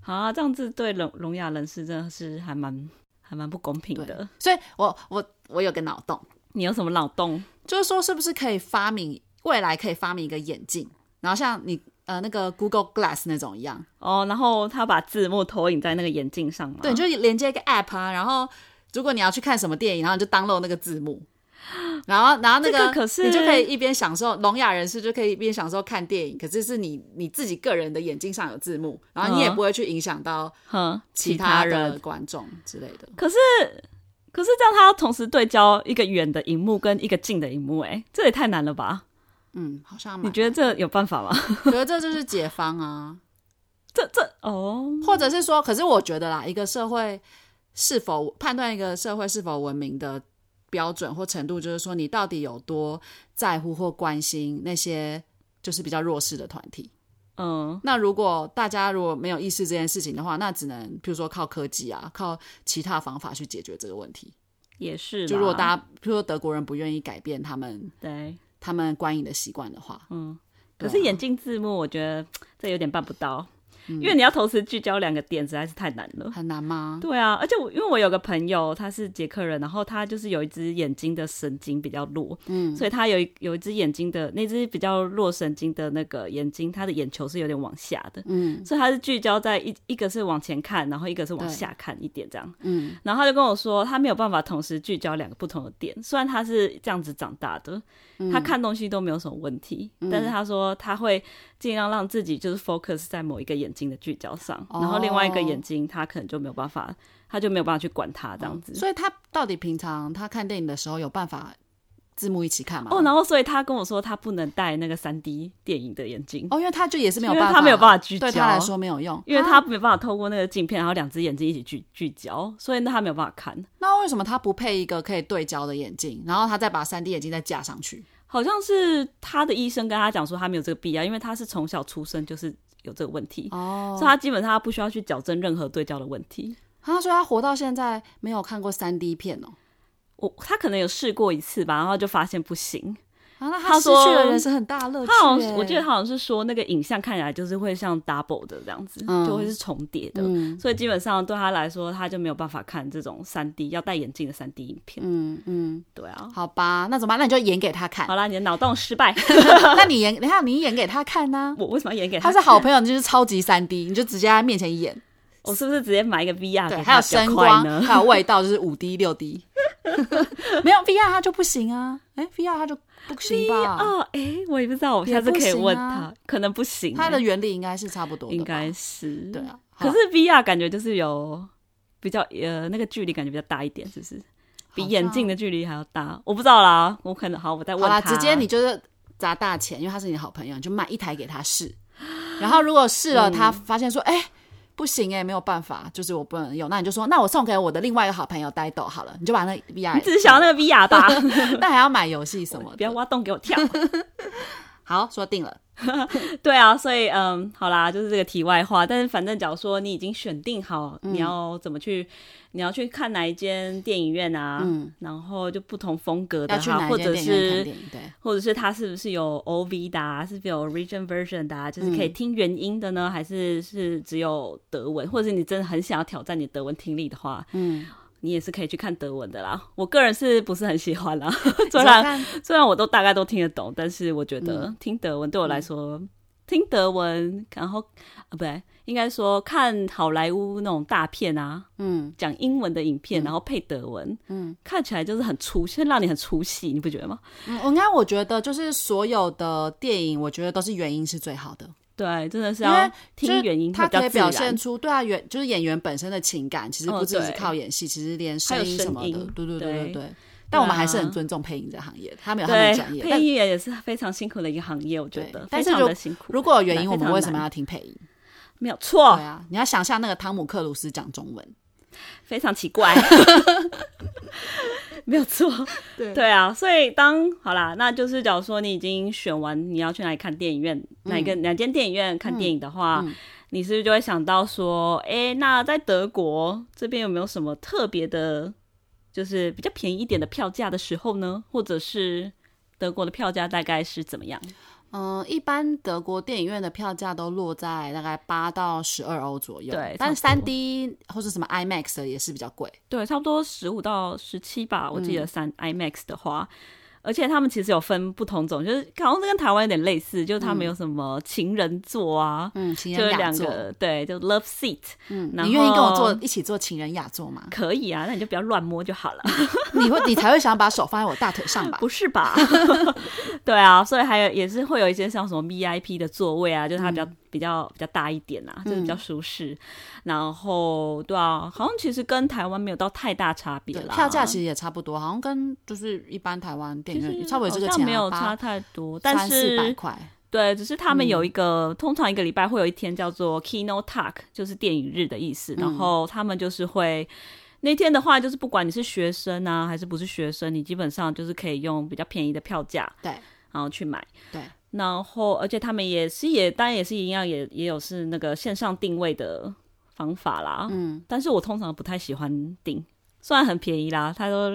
[SPEAKER 2] 好啊，这样子对聋聋哑人士真的是还蛮还蛮不公平的。
[SPEAKER 1] 所以我我我有个脑洞。
[SPEAKER 2] 你有什么脑洞？
[SPEAKER 1] 就是说，是不是可以发明未来可以发明一个眼镜，然后像你呃那个 Google Glass 那种一样，
[SPEAKER 2] 哦，然后他把字幕投影在那个眼镜上嘛？
[SPEAKER 1] 对，你就连接一个 App 啊，然后如果你要去看什么电影，然后你就 download 那个字幕，然后然后那
[SPEAKER 2] 这个可是
[SPEAKER 1] 你就可以一边享受聋哑人士就可以一边享受看电影，可是是你你自己个人的眼镜上有字幕，然后你也
[SPEAKER 2] 嗯
[SPEAKER 1] 不会去影响到
[SPEAKER 2] 哼，
[SPEAKER 1] 其
[SPEAKER 2] 他
[SPEAKER 1] 他
[SPEAKER 2] 人
[SPEAKER 1] 的观众之类的。
[SPEAKER 2] 可是，可是这样他要同时对焦一个远的荧幕跟一个近的荧幕、欸，哎，这也太难了吧？
[SPEAKER 1] 嗯，好像
[SPEAKER 2] 你
[SPEAKER 1] 蛮
[SPEAKER 2] 觉得这有办法 吗？
[SPEAKER 1] 觉得这就是解放啊。
[SPEAKER 2] 这这哦，
[SPEAKER 1] 或者是说，可是我觉得啦，一个社会是否判断一个社会是否文明的标准或程度，就是说你到底有多在乎或关心那些就是比较弱势的团体。
[SPEAKER 2] 嗯，
[SPEAKER 1] 那如果大家如果没有意识这件事情的话，那只能比如说靠科技啊，靠其他方法去解决这个问题。
[SPEAKER 2] 也是啦。
[SPEAKER 1] 就如果大家，譬如说德国人不愿意改变他们
[SPEAKER 2] 对，
[SPEAKER 1] 他们观影的习惯的话，
[SPEAKER 2] 可
[SPEAKER 1] 对
[SPEAKER 2] 是
[SPEAKER 1] 啊嗯
[SPEAKER 2] 眼镜字幕，我觉得这有点办不到，因为你要同时聚焦两个点，实在是太难了。
[SPEAKER 1] 很难吗？
[SPEAKER 2] 对啊，而且我因为我有个朋友，他是捷克人，然后他就是有一只眼睛的神经比较弱，嗯，所以他有一有一只眼睛的那只比较弱神经的那个眼睛，他的眼球是有点往下的，嗯，所以他是聚焦在一一个是往前看，然后一个是往
[SPEAKER 1] 对
[SPEAKER 2] 下看一点这样，
[SPEAKER 1] 嗯，
[SPEAKER 2] 然后他就跟我说，他没有办法同时聚焦两个不同的点，虽然他是这样子长大的，
[SPEAKER 1] 嗯
[SPEAKER 2] 他看东西都没有什么问题，但是他说他会尽量让自己就是 focus 在某一个眼睛的聚焦上，然后另外一个
[SPEAKER 1] 哦
[SPEAKER 2] 眼睛他可能就没有办法，他就没有办法去管它这样子。
[SPEAKER 1] 哦所以他到底平常他看电影的时候有办法字幕一起看吗？
[SPEAKER 2] 哦，然后所以他跟我说他不能戴那个三 D 电影的眼镜，
[SPEAKER 1] 哦，因为他就也是没有
[SPEAKER 2] 因为
[SPEAKER 1] 办法，
[SPEAKER 2] 他没有办法聚
[SPEAKER 1] 对
[SPEAKER 2] 焦
[SPEAKER 1] 他来说没有用。
[SPEAKER 2] 因为
[SPEAKER 1] 啊
[SPEAKER 2] 他没办法透过那个镜片，然后两只眼睛一起聚聚焦，所以那他没有办法看。
[SPEAKER 1] 那为什么他不配一个可以对焦的眼镜，然后他再把三 D 眼镜再架上去？
[SPEAKER 2] 好像是他的医生跟他讲说他没有这个必要，因为他是从小出生就是有这个问题，
[SPEAKER 1] 哦，
[SPEAKER 2] 所以他基本上他不需要去矫正任何对焦的问题。
[SPEAKER 1] 他啊说他活到现在没有看过三 D 片哦。
[SPEAKER 2] 我他可能有试过一次吧，然后就发现不行。
[SPEAKER 1] 啊，那
[SPEAKER 2] 他
[SPEAKER 1] 失
[SPEAKER 2] 说
[SPEAKER 1] 去了人生很大乐趣耶。
[SPEAKER 2] 他好像我记
[SPEAKER 1] 欸
[SPEAKER 2] 得他好像是说那个影像看起来就是会像 double 的这样子，
[SPEAKER 1] 嗯
[SPEAKER 2] 就会是重叠的，
[SPEAKER 1] 嗯
[SPEAKER 2] 所以基本上对他来说他就没有办法看这种三 D 要戴眼镜的三 D 影片。
[SPEAKER 1] 嗯嗯，
[SPEAKER 2] 对啊，
[SPEAKER 1] 好吧，那怎么办？那你就演给他 看。
[SPEAKER 2] 好啦，你的脑洞失 败，
[SPEAKER 1] 那你演，等一下你演给他看呢、
[SPEAKER 2] 我为什么要演给
[SPEAKER 1] 他
[SPEAKER 2] 他？
[SPEAKER 1] 是好朋友，你就是超级三 D，你就直接在他面前演。
[SPEAKER 2] 我是不是直接买一个 VR
[SPEAKER 1] 对，还
[SPEAKER 2] 给他
[SPEAKER 1] 有
[SPEAKER 2] 比较
[SPEAKER 1] 声
[SPEAKER 2] 快
[SPEAKER 1] 光，
[SPEAKER 2] 呢？
[SPEAKER 1] 还有味道，就是五 D 六 D。没有 VR 它就不行啊，哎、v r 它就不行吧？
[SPEAKER 2] 哦，哎、我也不知道，我
[SPEAKER 1] 也
[SPEAKER 2] 下次
[SPEAKER 1] 不
[SPEAKER 2] 可以
[SPEAKER 1] 行
[SPEAKER 2] 问他，
[SPEAKER 1] 啊
[SPEAKER 2] 可能不行、
[SPEAKER 1] 它的
[SPEAKER 2] 欸
[SPEAKER 1] 原理应该是差不多的吧，
[SPEAKER 2] 应该是
[SPEAKER 1] 对。啊。
[SPEAKER 2] 可
[SPEAKER 1] 好
[SPEAKER 2] 是 VR 感觉就是有比较呃那个距离感觉比较大一点，是不是？比
[SPEAKER 1] 好
[SPEAKER 2] 眼
[SPEAKER 1] 像
[SPEAKER 2] 镜的距离还要大，我不知道啦，我可能好，我再问
[SPEAKER 1] 好啦，
[SPEAKER 2] 他。啊
[SPEAKER 1] 直接你就是砸大钱，因为他是你的好朋友，你就买一台给他试。然后如果试了，他发现说，哎、不行哎、没有办法，就是我不能用，那你就说，那我送给我的另外一个好朋友呆豆好了，你就把那 VR，
[SPEAKER 2] 你只是想要那个 VR 吧？
[SPEAKER 1] 那还要买游戏什么
[SPEAKER 2] 不要
[SPEAKER 1] 的。
[SPEAKER 2] 挖洞给我跳。
[SPEAKER 1] 好，说定了，
[SPEAKER 2] 对啊，所以嗯，好啦，就是这个题外话。但是反正，假如说你已经选定好
[SPEAKER 1] 嗯
[SPEAKER 2] 你要怎么去，你要去看哪一间电影院啊，
[SPEAKER 1] 嗯
[SPEAKER 2] 然后就不同风格的
[SPEAKER 1] 要去
[SPEAKER 2] 哈、
[SPEAKER 1] 哪一
[SPEAKER 2] 或
[SPEAKER 1] 间
[SPEAKER 2] 者
[SPEAKER 1] 电影院看
[SPEAKER 2] 是
[SPEAKER 1] 电影？ 对，
[SPEAKER 2] 或者是它是不是有 OV 的、啊，是不是有 region version 的、啊，就是可
[SPEAKER 1] 嗯
[SPEAKER 2] 以听原音的呢，还是是只有德文？或者是你真的很想要挑战你的德文听力的话，
[SPEAKER 1] 嗯，
[SPEAKER 2] 你也是可以去看德文的啦。我个人是不是很喜欢 啦？虽
[SPEAKER 1] 怎
[SPEAKER 2] 然
[SPEAKER 1] 么看
[SPEAKER 2] 虽然我都大概都听得懂，但是我觉
[SPEAKER 1] 嗯
[SPEAKER 2] 得听德文对我来说，听德文，然后呃，不对，应该说看好莱坞那种大片啊，
[SPEAKER 1] 嗯，
[SPEAKER 2] 讲英文的影片，然后配德文，嗯，看起来就是很出，先让你很出戏，你不觉得吗？
[SPEAKER 1] 嗯，我应该我觉得就是所有的电影，我觉得都是原音是最好的，
[SPEAKER 2] 对，真的是
[SPEAKER 1] 因为
[SPEAKER 2] 要
[SPEAKER 1] 就
[SPEAKER 2] 听
[SPEAKER 1] 是
[SPEAKER 2] 原音会
[SPEAKER 1] 它
[SPEAKER 2] 比较
[SPEAKER 1] 可以
[SPEAKER 2] 自
[SPEAKER 1] 表
[SPEAKER 2] 然。
[SPEAKER 1] 现出对啊演就是演员本身的情感，其实
[SPEAKER 2] 哦
[SPEAKER 1] 不只是
[SPEAKER 2] 对
[SPEAKER 1] 靠演戏，其实连声音什么
[SPEAKER 2] 还有
[SPEAKER 1] 的
[SPEAKER 2] 声音，
[SPEAKER 1] 对对对
[SPEAKER 2] 对
[SPEAKER 1] 对对。但我们还是很尊重配音这个行业，他们有他们的专
[SPEAKER 2] 对，
[SPEAKER 1] 业。
[SPEAKER 2] 配
[SPEAKER 1] 但
[SPEAKER 2] 音员也是非常辛苦的一个行业，我觉
[SPEAKER 1] 对
[SPEAKER 2] 得非
[SPEAKER 1] 但是
[SPEAKER 2] 常
[SPEAKER 1] 如
[SPEAKER 2] 的辛苦，
[SPEAKER 1] 如果有原因，
[SPEAKER 2] 非
[SPEAKER 1] 我
[SPEAKER 2] 常
[SPEAKER 1] 们为什么
[SPEAKER 2] 难
[SPEAKER 1] 要听配音？
[SPEAKER 2] 没有错，
[SPEAKER 1] 对啊，你要想象那个汤姆克鲁斯讲中文，
[SPEAKER 2] 非常奇怪， 没有错。
[SPEAKER 1] 对
[SPEAKER 2] 对啊，所以当好啦，那就是假如说你已经选完你要去哪里看电影院，哪个哪间电影院看电影的话，你是不是就会想到说，诶，那在德国这边有没有什么特别的，就是比较便宜一点的票价的时候呢？或者是德国的票价大概是怎么样？
[SPEAKER 1] 嗯，一般德国电影院的票价都落在大概八到十二欧左右，
[SPEAKER 2] 对
[SPEAKER 1] 但
[SPEAKER 2] 差
[SPEAKER 1] 三
[SPEAKER 2] 不
[SPEAKER 1] D 或是什么 IMAX 的也是比较贵。
[SPEAKER 2] 对，差不多十五到十七吧，我记
[SPEAKER 1] 嗯
[SPEAKER 2] 得三 IMAX 的话，而且他们其实有分不同种，就是好像跟台湾有点类似，就是他们有什么情人座啊，
[SPEAKER 1] 嗯，情
[SPEAKER 2] 就
[SPEAKER 1] 人
[SPEAKER 2] 是
[SPEAKER 1] 雅
[SPEAKER 2] 两
[SPEAKER 1] 座，
[SPEAKER 2] 个对，就 love seat，嗯，
[SPEAKER 1] 你愿意跟我做一起做情人雅座吗？
[SPEAKER 2] 可以啊，那你就不要乱摸就好了，
[SPEAKER 1] 你会你才会想把手放在我大腿上吧？
[SPEAKER 2] 不是吧？ 对啊，所以还有也是会有一些像什么 VIP 的座位啊，就是它比
[SPEAKER 1] 嗯
[SPEAKER 2] 较、比较比较大一点啊，就是比较舒适。然后对啊，好像其实跟台湾没有到太大差别
[SPEAKER 1] 对，
[SPEAKER 2] 啦，
[SPEAKER 1] 票价其实也差不多，好像跟就是一般台湾电影
[SPEAKER 2] 就
[SPEAKER 1] 院
[SPEAKER 2] 是
[SPEAKER 1] 差不多也
[SPEAKER 2] 好
[SPEAKER 1] 这个
[SPEAKER 2] 像
[SPEAKER 1] 钱、啊，
[SPEAKER 2] 没有差
[SPEAKER 1] 八
[SPEAKER 2] 太多，但
[SPEAKER 1] 三四百
[SPEAKER 2] 是
[SPEAKER 1] 块。嗯
[SPEAKER 2] 对，只是他们有一个、通常一个礼拜会有一天叫做 Kino Talk，就是电影日的意
[SPEAKER 1] 嗯
[SPEAKER 2] 思。然后他们就是会那天的话，就是不管你是学生啊还是不是学生，你基本上就是可以用比较便宜的票价，
[SPEAKER 1] 对，
[SPEAKER 2] 然后去买。
[SPEAKER 1] 对，
[SPEAKER 2] 然后而且他们也是也当然也是一样，也也有是那个线上定位的方法啦。嗯，但是我通常不太喜欢订，虽然很便宜啦，他都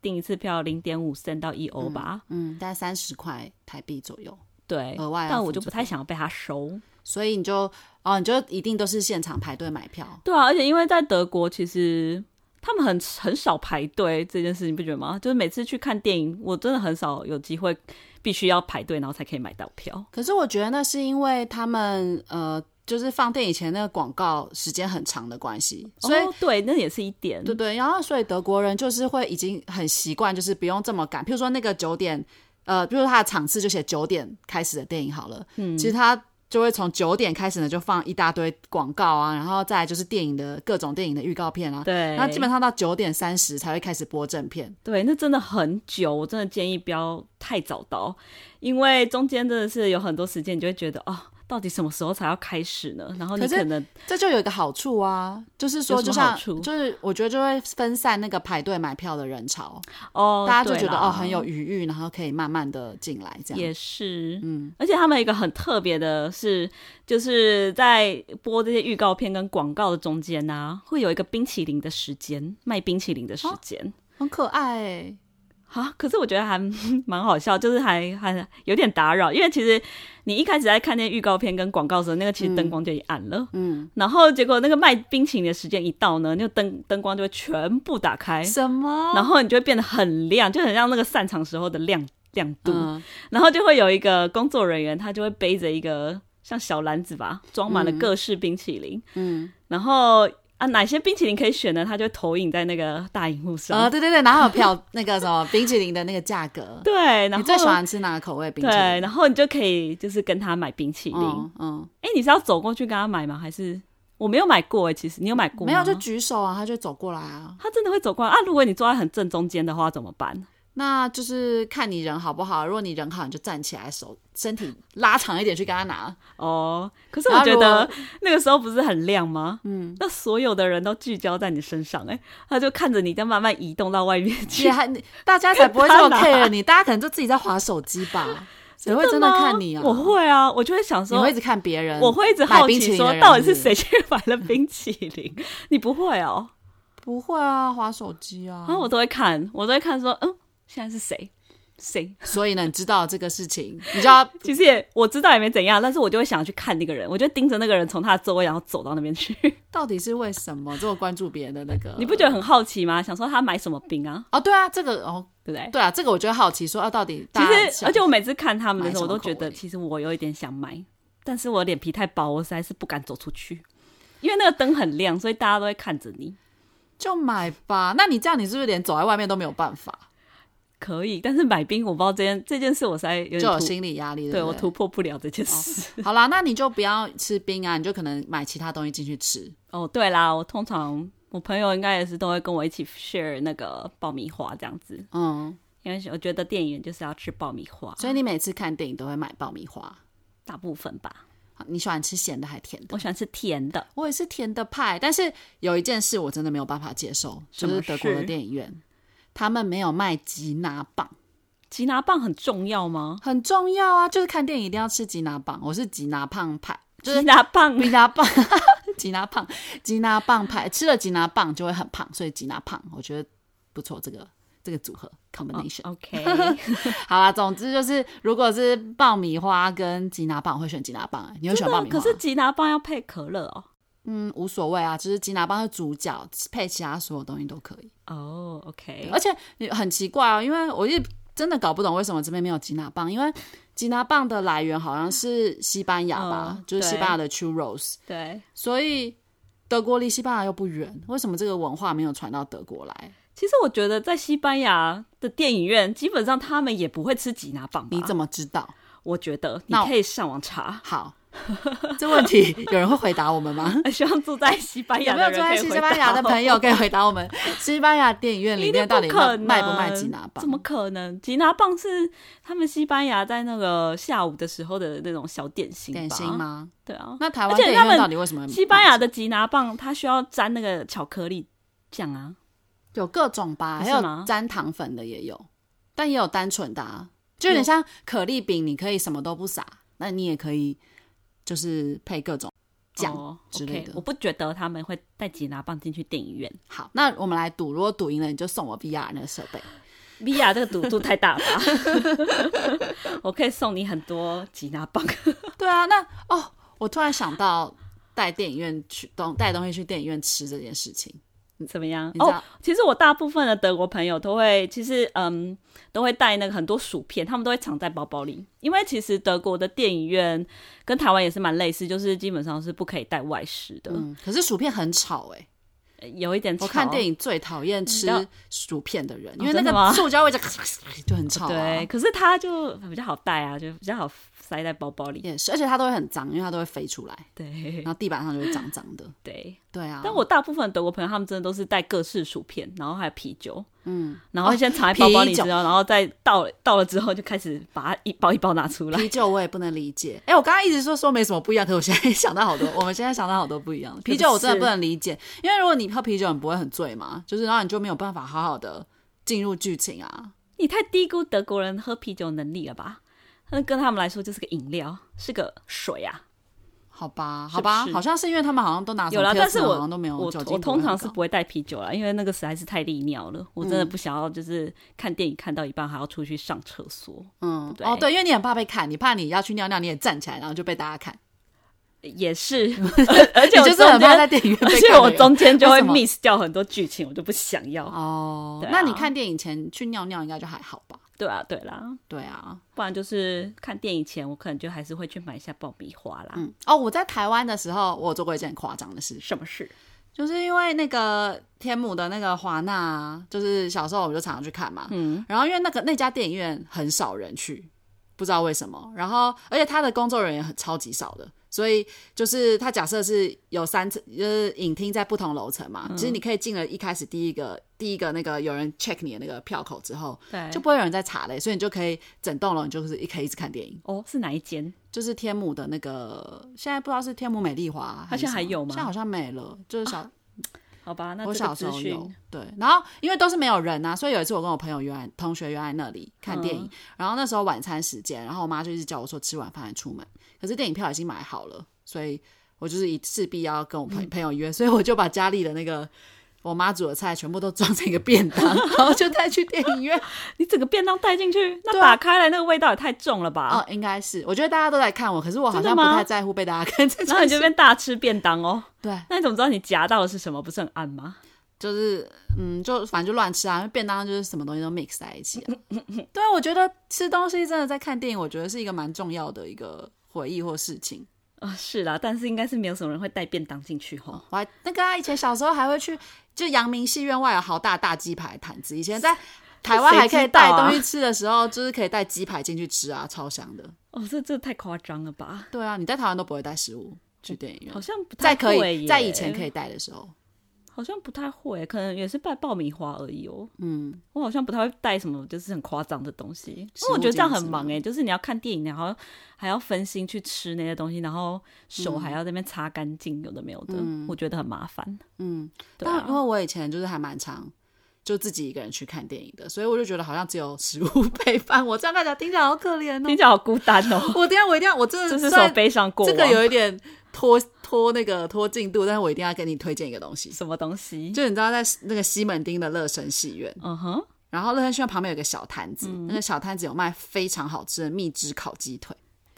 [SPEAKER 2] 订一次票零点五 c 到一欧吧。
[SPEAKER 1] 嗯，大概三十块台币左右，
[SPEAKER 2] 对，
[SPEAKER 1] 额外要啊
[SPEAKER 2] 但我
[SPEAKER 1] 付
[SPEAKER 2] 就
[SPEAKER 1] 这
[SPEAKER 2] 不太想被他收。
[SPEAKER 1] 所以你就哦，你就一定都是现场排队买票。
[SPEAKER 2] 对啊，而且因为在德国，其实他们很很少排队这件事情，你不觉得吗？就是每次去看电影，我真的很少有机会必须要排队，然后才可以买到票。
[SPEAKER 1] 可是我觉得那是因为他们呃，就是放电影前那个广告时间很长的关系，所以。
[SPEAKER 2] 哦、对，那也是一点。
[SPEAKER 1] 对对，然后所以德国人就是会已经很习惯，就是不用这么赶。譬如说那个九点，呃，比如说他的场次就写九点开始的电影好了，嗯，其实他就会从九点开始呢就放一大堆广告啊，然后再来就是电影的各种电影的预告片啊，
[SPEAKER 2] 对，
[SPEAKER 1] 那基本上到九点三十才会开始播正片，
[SPEAKER 2] 对，那真的很久，我真的建议不要太早到，因为中间真的是有很多时间，你就会觉得哦，到底什么时候才要开始呢？然后你
[SPEAKER 1] 可是
[SPEAKER 2] 可能
[SPEAKER 1] 这就有一个好处啊，就是说
[SPEAKER 2] 有什
[SPEAKER 1] 就
[SPEAKER 2] 么
[SPEAKER 1] 像
[SPEAKER 2] 好处
[SPEAKER 1] 就是我觉得就会分散那个排队买票的人潮，
[SPEAKER 2] 哦，
[SPEAKER 1] 大家就
[SPEAKER 2] 对
[SPEAKER 1] 觉得
[SPEAKER 2] 啦
[SPEAKER 1] 哦很有余裕，然后可以慢慢的进来这样。
[SPEAKER 2] 也是，嗯，而且他们有一个很特别的是，就是在播这些预告片跟广告的中间呢、会有一个冰淇淋的时间，卖冰淇淋的时间。
[SPEAKER 1] 很可爱、欸，
[SPEAKER 2] 啊！可是我觉得还 蛮好笑，就是还还有点打扰，因为其实你一开始在看那些预告片跟广告的时候，那个其实灯光就已经暗了，嗯，然后结果那个卖冰淇淋的时间一到呢，那个灯灯光就会全部打开，
[SPEAKER 1] 什么？
[SPEAKER 2] 然后你就会变得很亮，就很像那个散场时候的亮亮度，
[SPEAKER 1] 嗯
[SPEAKER 2] 然后就会有一个工作人员，他就会
[SPEAKER 1] 嗯
[SPEAKER 2] 背着一个像小篮子吧，装满了各式冰淇淋，嗯，然后啊，哪些冰淇淋可以选呢？它就会投影在那个大荧幕上。
[SPEAKER 1] 呃，对对对，然后有票 那个什么冰淇淋的那个价格，
[SPEAKER 2] 对，然
[SPEAKER 1] 你
[SPEAKER 2] 后
[SPEAKER 1] 最喜欢吃哪个口味冰淇
[SPEAKER 2] 对，
[SPEAKER 1] 淋？
[SPEAKER 2] 然后你就可以就是跟他买冰淇淋。
[SPEAKER 1] 嗯嗯，
[SPEAKER 2] 哎、你是要走过去跟他买吗？还是我没有买过哎、其实你有买过吗？
[SPEAKER 1] 没有就举手啊，他就走过来啊。
[SPEAKER 2] 他真的会走过来啊！如果你坐在很正中间的话怎么办？
[SPEAKER 1] 那就是看你人好不好，如果你人好，你就站起来，手身体拉长一点去跟他拿。
[SPEAKER 2] 哦，可是我
[SPEAKER 1] 然后
[SPEAKER 2] 觉
[SPEAKER 1] 如
[SPEAKER 2] 得
[SPEAKER 1] 果
[SPEAKER 2] 那个时候不是很亮吗？嗯，那所有的人都聚焦在你身上、哎，他就看着你在慢慢移动到外面去
[SPEAKER 1] 也。还你大家才不会这么
[SPEAKER 2] 他
[SPEAKER 1] care 你，大家可能就自己在划手机 吧，谁会真的
[SPEAKER 2] 吗
[SPEAKER 1] 看你啊？
[SPEAKER 2] 我，会啊，我就会想
[SPEAKER 1] 你
[SPEAKER 2] 说
[SPEAKER 1] 会一，直看别人，
[SPEAKER 2] 我会一直
[SPEAKER 1] 买
[SPEAKER 2] 好
[SPEAKER 1] 冰淇
[SPEAKER 2] 奇
[SPEAKER 1] 淋的
[SPEAKER 2] 说
[SPEAKER 1] 人
[SPEAKER 2] 到底是
[SPEAKER 1] 不
[SPEAKER 2] 谁去买了冰淇淋？ 你不会哦，
[SPEAKER 1] 不会啊，划手机啊
[SPEAKER 2] 然。后我都会看，我都会看说，嗯，现在是谁？谁？
[SPEAKER 1] 所以呢，你知道这个事情，你知道
[SPEAKER 2] 其实也我知道也没怎样，但是我就会想要去看那个人，我就盯着那个人从他的座位然后走到那边去。
[SPEAKER 1] 到底是为什么这么关注别人的那个？
[SPEAKER 2] 你不觉得很好奇吗？想说他买什么冰啊，
[SPEAKER 1] 哦，对啊，这个哦，
[SPEAKER 2] 对不对？
[SPEAKER 1] 对啊，这个我就好奇说，啊，到底大家
[SPEAKER 2] 哎其实，而且我每次看他们的时候，我
[SPEAKER 1] 买什
[SPEAKER 2] 都
[SPEAKER 1] 么
[SPEAKER 2] 觉得
[SPEAKER 1] 口味
[SPEAKER 2] 其实我有一点想买，但是我脸皮太薄，我实在是不敢走出去，因为那个灯很亮，所以大家都会看着你。
[SPEAKER 1] 就买吧。那你这样，你是不是连走在外面都没有办法，
[SPEAKER 2] 可以，但是买冰我不知道这件这件事，我实在有点
[SPEAKER 1] 就有
[SPEAKER 2] 突
[SPEAKER 1] 心理压力？
[SPEAKER 2] 对
[SPEAKER 1] 不
[SPEAKER 2] 我突破不了这件事。
[SPEAKER 1] 好啦，那你就不要吃冰啊，你就可能买其他东西进去吃。
[SPEAKER 2] 哦，对啦，我通常我朋友应该也是都会跟我一起 share 那个爆米花这样子，
[SPEAKER 1] 嗯，
[SPEAKER 2] 因为我觉得电影院就是要吃爆米花，
[SPEAKER 1] 所以你每次看电影都会买爆米花。
[SPEAKER 2] 大部分吧。
[SPEAKER 1] 好你喜欢吃咸的还甜的？
[SPEAKER 2] 我喜欢吃甜的，
[SPEAKER 1] 我也是甜的派，但是有一件事我真的没有办法接受，
[SPEAKER 2] 什
[SPEAKER 1] 就
[SPEAKER 2] 么
[SPEAKER 1] 是德国的
[SPEAKER 2] 事
[SPEAKER 1] 电影院，他们没有卖吉拿棒，
[SPEAKER 2] 吉拿棒很重要吗？
[SPEAKER 1] 很重要啊，就是看电影一定要吃吉拿棒。我是吉拿棒派，就
[SPEAKER 2] 吉
[SPEAKER 1] 是
[SPEAKER 2] 拿棒
[SPEAKER 1] 吉拿棒， 吉拿棒，吉拿棒派，吃了吉拿棒就会很胖，所以吉拿棒我觉得不错，这个这个组合 combination。
[SPEAKER 2] ，OK，
[SPEAKER 1] 好啦，总之就是，如果是爆米花跟吉拿棒，我会选吉拿棒、欸。你会选爆米花？
[SPEAKER 2] 啊可是吉拿棒要配可乐哦。
[SPEAKER 1] 嗯，无所谓啊，就是吉拿棒是主角，配其他所有东西都可以。
[SPEAKER 2] 哦
[SPEAKER 1] 对
[SPEAKER 2] ，OK、o
[SPEAKER 1] 而且你很奇怪哦，因为我一直真的搞不懂为什么这边没有吉拿棒，因为吉拿棒的来源好像是西班牙吧，
[SPEAKER 2] 嗯
[SPEAKER 1] 就是西班牙的 churros，
[SPEAKER 2] k 对，
[SPEAKER 1] 所以德国离西班牙又不远，为什么这个文化没有传到德国来？
[SPEAKER 2] 其实我觉得在西班牙的电影院，基本上他们也不会吃吉拿棒吧。
[SPEAKER 1] 你怎
[SPEAKER 2] 么？
[SPEAKER 1] 么知道？
[SPEAKER 2] 我觉得你
[SPEAKER 1] 那我
[SPEAKER 2] 可以上网查。
[SPEAKER 1] 好，这问题有人会回答我们吗？
[SPEAKER 2] 希望住在西班牙
[SPEAKER 1] 有没有
[SPEAKER 2] 的
[SPEAKER 1] 住
[SPEAKER 2] 人可
[SPEAKER 1] 在
[SPEAKER 2] 以
[SPEAKER 1] 西
[SPEAKER 2] 回
[SPEAKER 1] 班牙的
[SPEAKER 2] 答
[SPEAKER 1] 朋友可以回答我们？西班牙电影院里
[SPEAKER 2] 一定
[SPEAKER 1] 面到底
[SPEAKER 2] 不可
[SPEAKER 1] 卖
[SPEAKER 2] 能
[SPEAKER 1] 卖不卖吉拿棒？
[SPEAKER 2] 怎么可能？吉拿棒是他们西班牙在那个下午的时候的那种小点心吧？
[SPEAKER 1] 点心吗？嗯
[SPEAKER 2] 对啊，
[SPEAKER 1] 那台湾
[SPEAKER 2] 而且
[SPEAKER 1] 电影
[SPEAKER 2] 他
[SPEAKER 1] 院
[SPEAKER 2] 们
[SPEAKER 1] 到底为什么
[SPEAKER 2] 西班牙的吉拿棒它需要沾那个巧克力酱啊。
[SPEAKER 1] 有各种吧？
[SPEAKER 2] 不
[SPEAKER 1] 还
[SPEAKER 2] 是
[SPEAKER 1] 有
[SPEAKER 2] 吗
[SPEAKER 1] 沾糖粉的也有，但也有单纯的、啊，就有点像可丽饼，你可以什么都不撒，那你也可以就是配各种酱。
[SPEAKER 2] 哦
[SPEAKER 1] 之类的
[SPEAKER 2] OK，我不觉得他们会带吉拿棒进去电影院。
[SPEAKER 1] 好，那我们来赌，如果赌赢了，你就送我 VR 那个设 备。
[SPEAKER 2] 米娅这个赌注太大吧？ 我可以送你很多吉拿棒。
[SPEAKER 1] 对啊，那哦，我突然想到带电影院去东带东西去电影院吃这件事情，
[SPEAKER 2] 怎么样？
[SPEAKER 1] 你知道
[SPEAKER 2] 哦，其实我大部分的德国朋友都会，其实嗯，都会带那个很多薯片，他们都会藏在包包里，因为其实德国的电影院跟台湾也是蛮类似，就是基本上是不可以带外食的，
[SPEAKER 1] 嗯，可是薯片很吵哎、
[SPEAKER 2] 呃有一点
[SPEAKER 1] 我看电
[SPEAKER 2] 影。
[SPEAKER 1] 影最讨厌吃
[SPEAKER 2] 嗯
[SPEAKER 1] 薯片的人，
[SPEAKER 2] 哦
[SPEAKER 1] 因为那
[SPEAKER 2] 真的吗哦
[SPEAKER 1] 个塑胶味就 就很吵、啊。
[SPEAKER 2] 对，，可是它就比较好带啊，就比较好塞在包包里。
[SPEAKER 1] 也是，而且它都会很脏，因为它都会飞出来，
[SPEAKER 2] 对
[SPEAKER 1] 然后地板上就会脏脏的。
[SPEAKER 2] 对，
[SPEAKER 1] 对啊，
[SPEAKER 2] 但我大部分德国朋友他们真的都是带各式薯片，然后还有啤酒，
[SPEAKER 1] 嗯，哦
[SPEAKER 2] 然后先藏在包包里
[SPEAKER 1] 啤
[SPEAKER 2] 之
[SPEAKER 1] 酒
[SPEAKER 2] 后，然后再到到了之后就开始把它一包一包拿出来。
[SPEAKER 1] 啤酒我也不能理解。哎、我刚刚一直说说没什么不一样，可我现在想到好多，我 们现在想到好多不一样的。啤酒我真的不能理解，因为如果你喝啤酒，你不会很醉嘛，就是然后你就没有办法好好的进入剧情啊。
[SPEAKER 2] 你太低估德国人喝啤酒的能力了吧？那跟他们来说就是个饮料，是个水啊。
[SPEAKER 1] 好吧，
[SPEAKER 2] 是
[SPEAKER 1] 好吧，
[SPEAKER 2] 是
[SPEAKER 1] 好像是因为他们好像都哦拿什
[SPEAKER 2] 有
[SPEAKER 1] 么
[SPEAKER 2] 啦，
[SPEAKER 1] Pilsner，
[SPEAKER 2] 但是
[SPEAKER 1] 好
[SPEAKER 2] 我
[SPEAKER 1] 像都没有
[SPEAKER 2] 我
[SPEAKER 1] 酒精
[SPEAKER 2] 我通常是
[SPEAKER 1] 不
[SPEAKER 2] 不会带啤酒啦，因为那个实在是太利尿了，我真
[SPEAKER 1] 嗯
[SPEAKER 2] 的不想要就是看电影看到一半还要出去上厕所，
[SPEAKER 1] 嗯
[SPEAKER 2] 对
[SPEAKER 1] 哦对，因为你很怕被看，你怕你要去尿尿，你也站起来，然后就被大家看，
[SPEAKER 2] 也是，而而且
[SPEAKER 1] 你
[SPEAKER 2] 我
[SPEAKER 1] 就是很
[SPEAKER 2] 中间
[SPEAKER 1] 怕在电影院
[SPEAKER 2] 而
[SPEAKER 1] 被
[SPEAKER 2] 且
[SPEAKER 1] 看
[SPEAKER 2] 我
[SPEAKER 1] 的人
[SPEAKER 2] 中间就
[SPEAKER 1] 为
[SPEAKER 2] 会
[SPEAKER 1] 什么
[SPEAKER 2] miss 掉很多剧情，我就不想要。
[SPEAKER 1] 哦。
[SPEAKER 2] 对啊
[SPEAKER 1] 那你看电影前去尿尿应该就还好吧？
[SPEAKER 2] 对啊，对啦，
[SPEAKER 1] 对啊，
[SPEAKER 2] 不然就是看电影前，我可能就还是会去买一下爆米花啦。
[SPEAKER 1] 嗯嗯哦，我在台湾的时候，我有做过一件很夸张的事，
[SPEAKER 2] 什么事？
[SPEAKER 1] 就是因为那个天母的那个华纳啊，就是小时候我们就常常去看嘛，嗯，然后因为那个那家电影院很少人去，不知道为什么，然后而且他的工作人员很超级少的，所以就是他假设是有三层，就是影厅在不同楼层嘛，
[SPEAKER 2] 嗯
[SPEAKER 1] 其实你可以进了一开始第一个第一个那个有人 check 你的那个票口之后，
[SPEAKER 2] 对，
[SPEAKER 1] 就不会有人在查嘞，所以你就可以整栋楼你就是可以一直看电影，
[SPEAKER 2] 哦是哪一间？
[SPEAKER 1] 就是天母的那个，现在不知道是天母美丽华，啊
[SPEAKER 2] 它现在
[SPEAKER 1] 是
[SPEAKER 2] 还
[SPEAKER 1] 什么
[SPEAKER 2] 有吗啊
[SPEAKER 1] 现在好像没了，就是小、
[SPEAKER 2] 好吧，那
[SPEAKER 1] 我
[SPEAKER 2] 这个
[SPEAKER 1] 小时
[SPEAKER 2] 资
[SPEAKER 1] 候有
[SPEAKER 2] 讯，
[SPEAKER 1] 对，然后因为都是没有人啊，所以有一次我跟我朋友约在同学约在那里看电影，
[SPEAKER 2] 嗯
[SPEAKER 1] 然后那时候晚餐时间，然后我妈就一直叫我说吃晚饭还出门，可是电影票已经买好了，所以我就是一势必要跟我
[SPEAKER 2] 嗯
[SPEAKER 1] 朋朋友约，所以我就把家里的那个。我妈煮的菜全部都装成一个便当，然后就带去电影 院。
[SPEAKER 2] 你整个便当带进去，那
[SPEAKER 1] 对啊
[SPEAKER 2] 打开来那个味道也太重了吧？
[SPEAKER 1] 哦，应该是，我觉得大家都在看我，可是我好
[SPEAKER 2] 真的
[SPEAKER 1] 像不
[SPEAKER 2] 吗
[SPEAKER 1] 太在乎被大家看这件事。
[SPEAKER 2] 然后你这边大吃便当哦，
[SPEAKER 1] 对，
[SPEAKER 2] 那你怎么知道你夹到的是什么？不是很暗吗？
[SPEAKER 1] 就是嗯，就反正就乱吃啊，因为便当就是什么东西都 mix 在一 起、啊。对，我觉得吃东西真的在看电影，我觉得是一个蛮重要的一个回忆或事情。
[SPEAKER 2] 啊、是啦，但是应该是没有什么人会带便当进去吼。
[SPEAKER 1] 我还那个、啊、以前小时候还会去，就阳明戏院外有好大大鸡排摊子，以前在台湾还可以带东西吃的时候，就是可以带鸡排进去吃啊，超香的。
[SPEAKER 2] 哦，这这太夸张了吧？
[SPEAKER 1] 对啊，你在台湾都不会带食物去电影
[SPEAKER 2] 好
[SPEAKER 1] 院，
[SPEAKER 2] 像不
[SPEAKER 1] 在
[SPEAKER 2] 太
[SPEAKER 1] 嗯可
[SPEAKER 2] 会
[SPEAKER 1] 以
[SPEAKER 2] 耶
[SPEAKER 1] 在以前可以带的时候，
[SPEAKER 2] 好像不太会，可能也是拜爆米花而已哦。
[SPEAKER 1] 嗯，
[SPEAKER 2] 我好像不太会带什么就是很夸张的东西，因
[SPEAKER 1] 食物
[SPEAKER 2] 为我觉得这样
[SPEAKER 1] 禁止
[SPEAKER 2] 很忙哎、就是你要看电影，然后还要分心去吃那些东西，然后手还要在那边擦干净，有的没有的，我觉得很麻烦。
[SPEAKER 1] 嗯，
[SPEAKER 2] 对
[SPEAKER 1] 但因
[SPEAKER 2] 啊，
[SPEAKER 1] 为我以前就是还蛮常就自己一个人去看电影的，所以我就觉得好像只有食物 陪伴我。这样大家听起来好可怜
[SPEAKER 2] 听
[SPEAKER 1] 哦。
[SPEAKER 2] 起来好孤单 哦，
[SPEAKER 1] 我等一下我一定要，我真
[SPEAKER 2] 这
[SPEAKER 1] 的
[SPEAKER 2] 是
[SPEAKER 1] 虽
[SPEAKER 2] 什么
[SPEAKER 1] 然
[SPEAKER 2] 悲伤过
[SPEAKER 1] 这
[SPEAKER 2] 往？
[SPEAKER 1] 个有一点拖拖那个拖进度，但是我一定要跟你推荐一个东西。
[SPEAKER 2] 什么东西？
[SPEAKER 1] 就你知道，在那个西门町的乐神戏院，
[SPEAKER 2] 嗯哼，
[SPEAKER 1] 然后乐神戏院旁边有个小摊子，
[SPEAKER 2] 嗯
[SPEAKER 1] 那个小摊子有卖非常好吃的蜜汁烤鸡腿。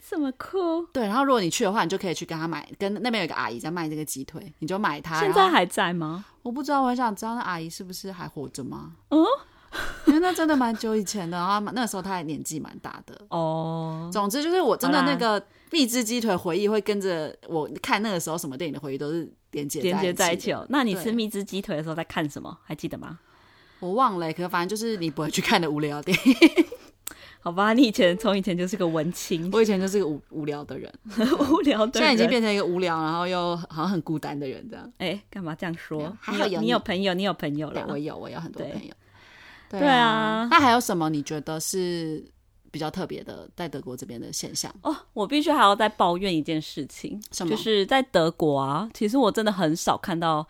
[SPEAKER 2] 这么酷，
[SPEAKER 1] 对，然后如果你去的话，你就可以去跟他买，跟那边有一个阿姨在卖这个鸡腿，你就买它。
[SPEAKER 2] 现
[SPEAKER 1] 然
[SPEAKER 2] 在
[SPEAKER 1] 后
[SPEAKER 2] 还在吗？
[SPEAKER 1] 我不知道，我很想知道那阿姨是不是还活着吗？
[SPEAKER 2] 嗯，
[SPEAKER 1] 因为那真的蛮久以前的，然后那时候她还年纪蛮大的。
[SPEAKER 2] 哦，
[SPEAKER 1] 总之就是我真的
[SPEAKER 2] 好啦
[SPEAKER 1] 那个蜜汁鸡腿回忆会跟着我看那个时候什么电影的回忆都是连接
[SPEAKER 2] 连接在一起
[SPEAKER 1] 的。
[SPEAKER 2] 哦。那你吃
[SPEAKER 1] 对
[SPEAKER 2] 蜜汁鸡腿的时候在看什么？还记得吗？
[SPEAKER 1] 我忘了、欸可反正就是你不会去看的无聊电影。
[SPEAKER 2] 好吧，你以前从以前就是个文青，
[SPEAKER 1] 我以前就是个无无聊的人，
[SPEAKER 2] 无聊的人。
[SPEAKER 1] 现在已经变成一个无聊，然后又好像很孤单的人这样。
[SPEAKER 2] 哎，干嘛这样说？
[SPEAKER 1] 还
[SPEAKER 2] 你
[SPEAKER 1] 好有
[SPEAKER 2] 有
[SPEAKER 1] 你
[SPEAKER 2] 你有朋友，你有朋友
[SPEAKER 1] 对
[SPEAKER 2] 啦，。
[SPEAKER 1] 我有，我有很多
[SPEAKER 2] 对
[SPEAKER 1] 朋友。
[SPEAKER 2] 对啊
[SPEAKER 1] 那还有什么你觉得是比较特别的在德国这边的现象？
[SPEAKER 2] 哦，我必须还要再抱怨一件事情，
[SPEAKER 1] 什么
[SPEAKER 2] 就是在德国啊，其实我真的很少看到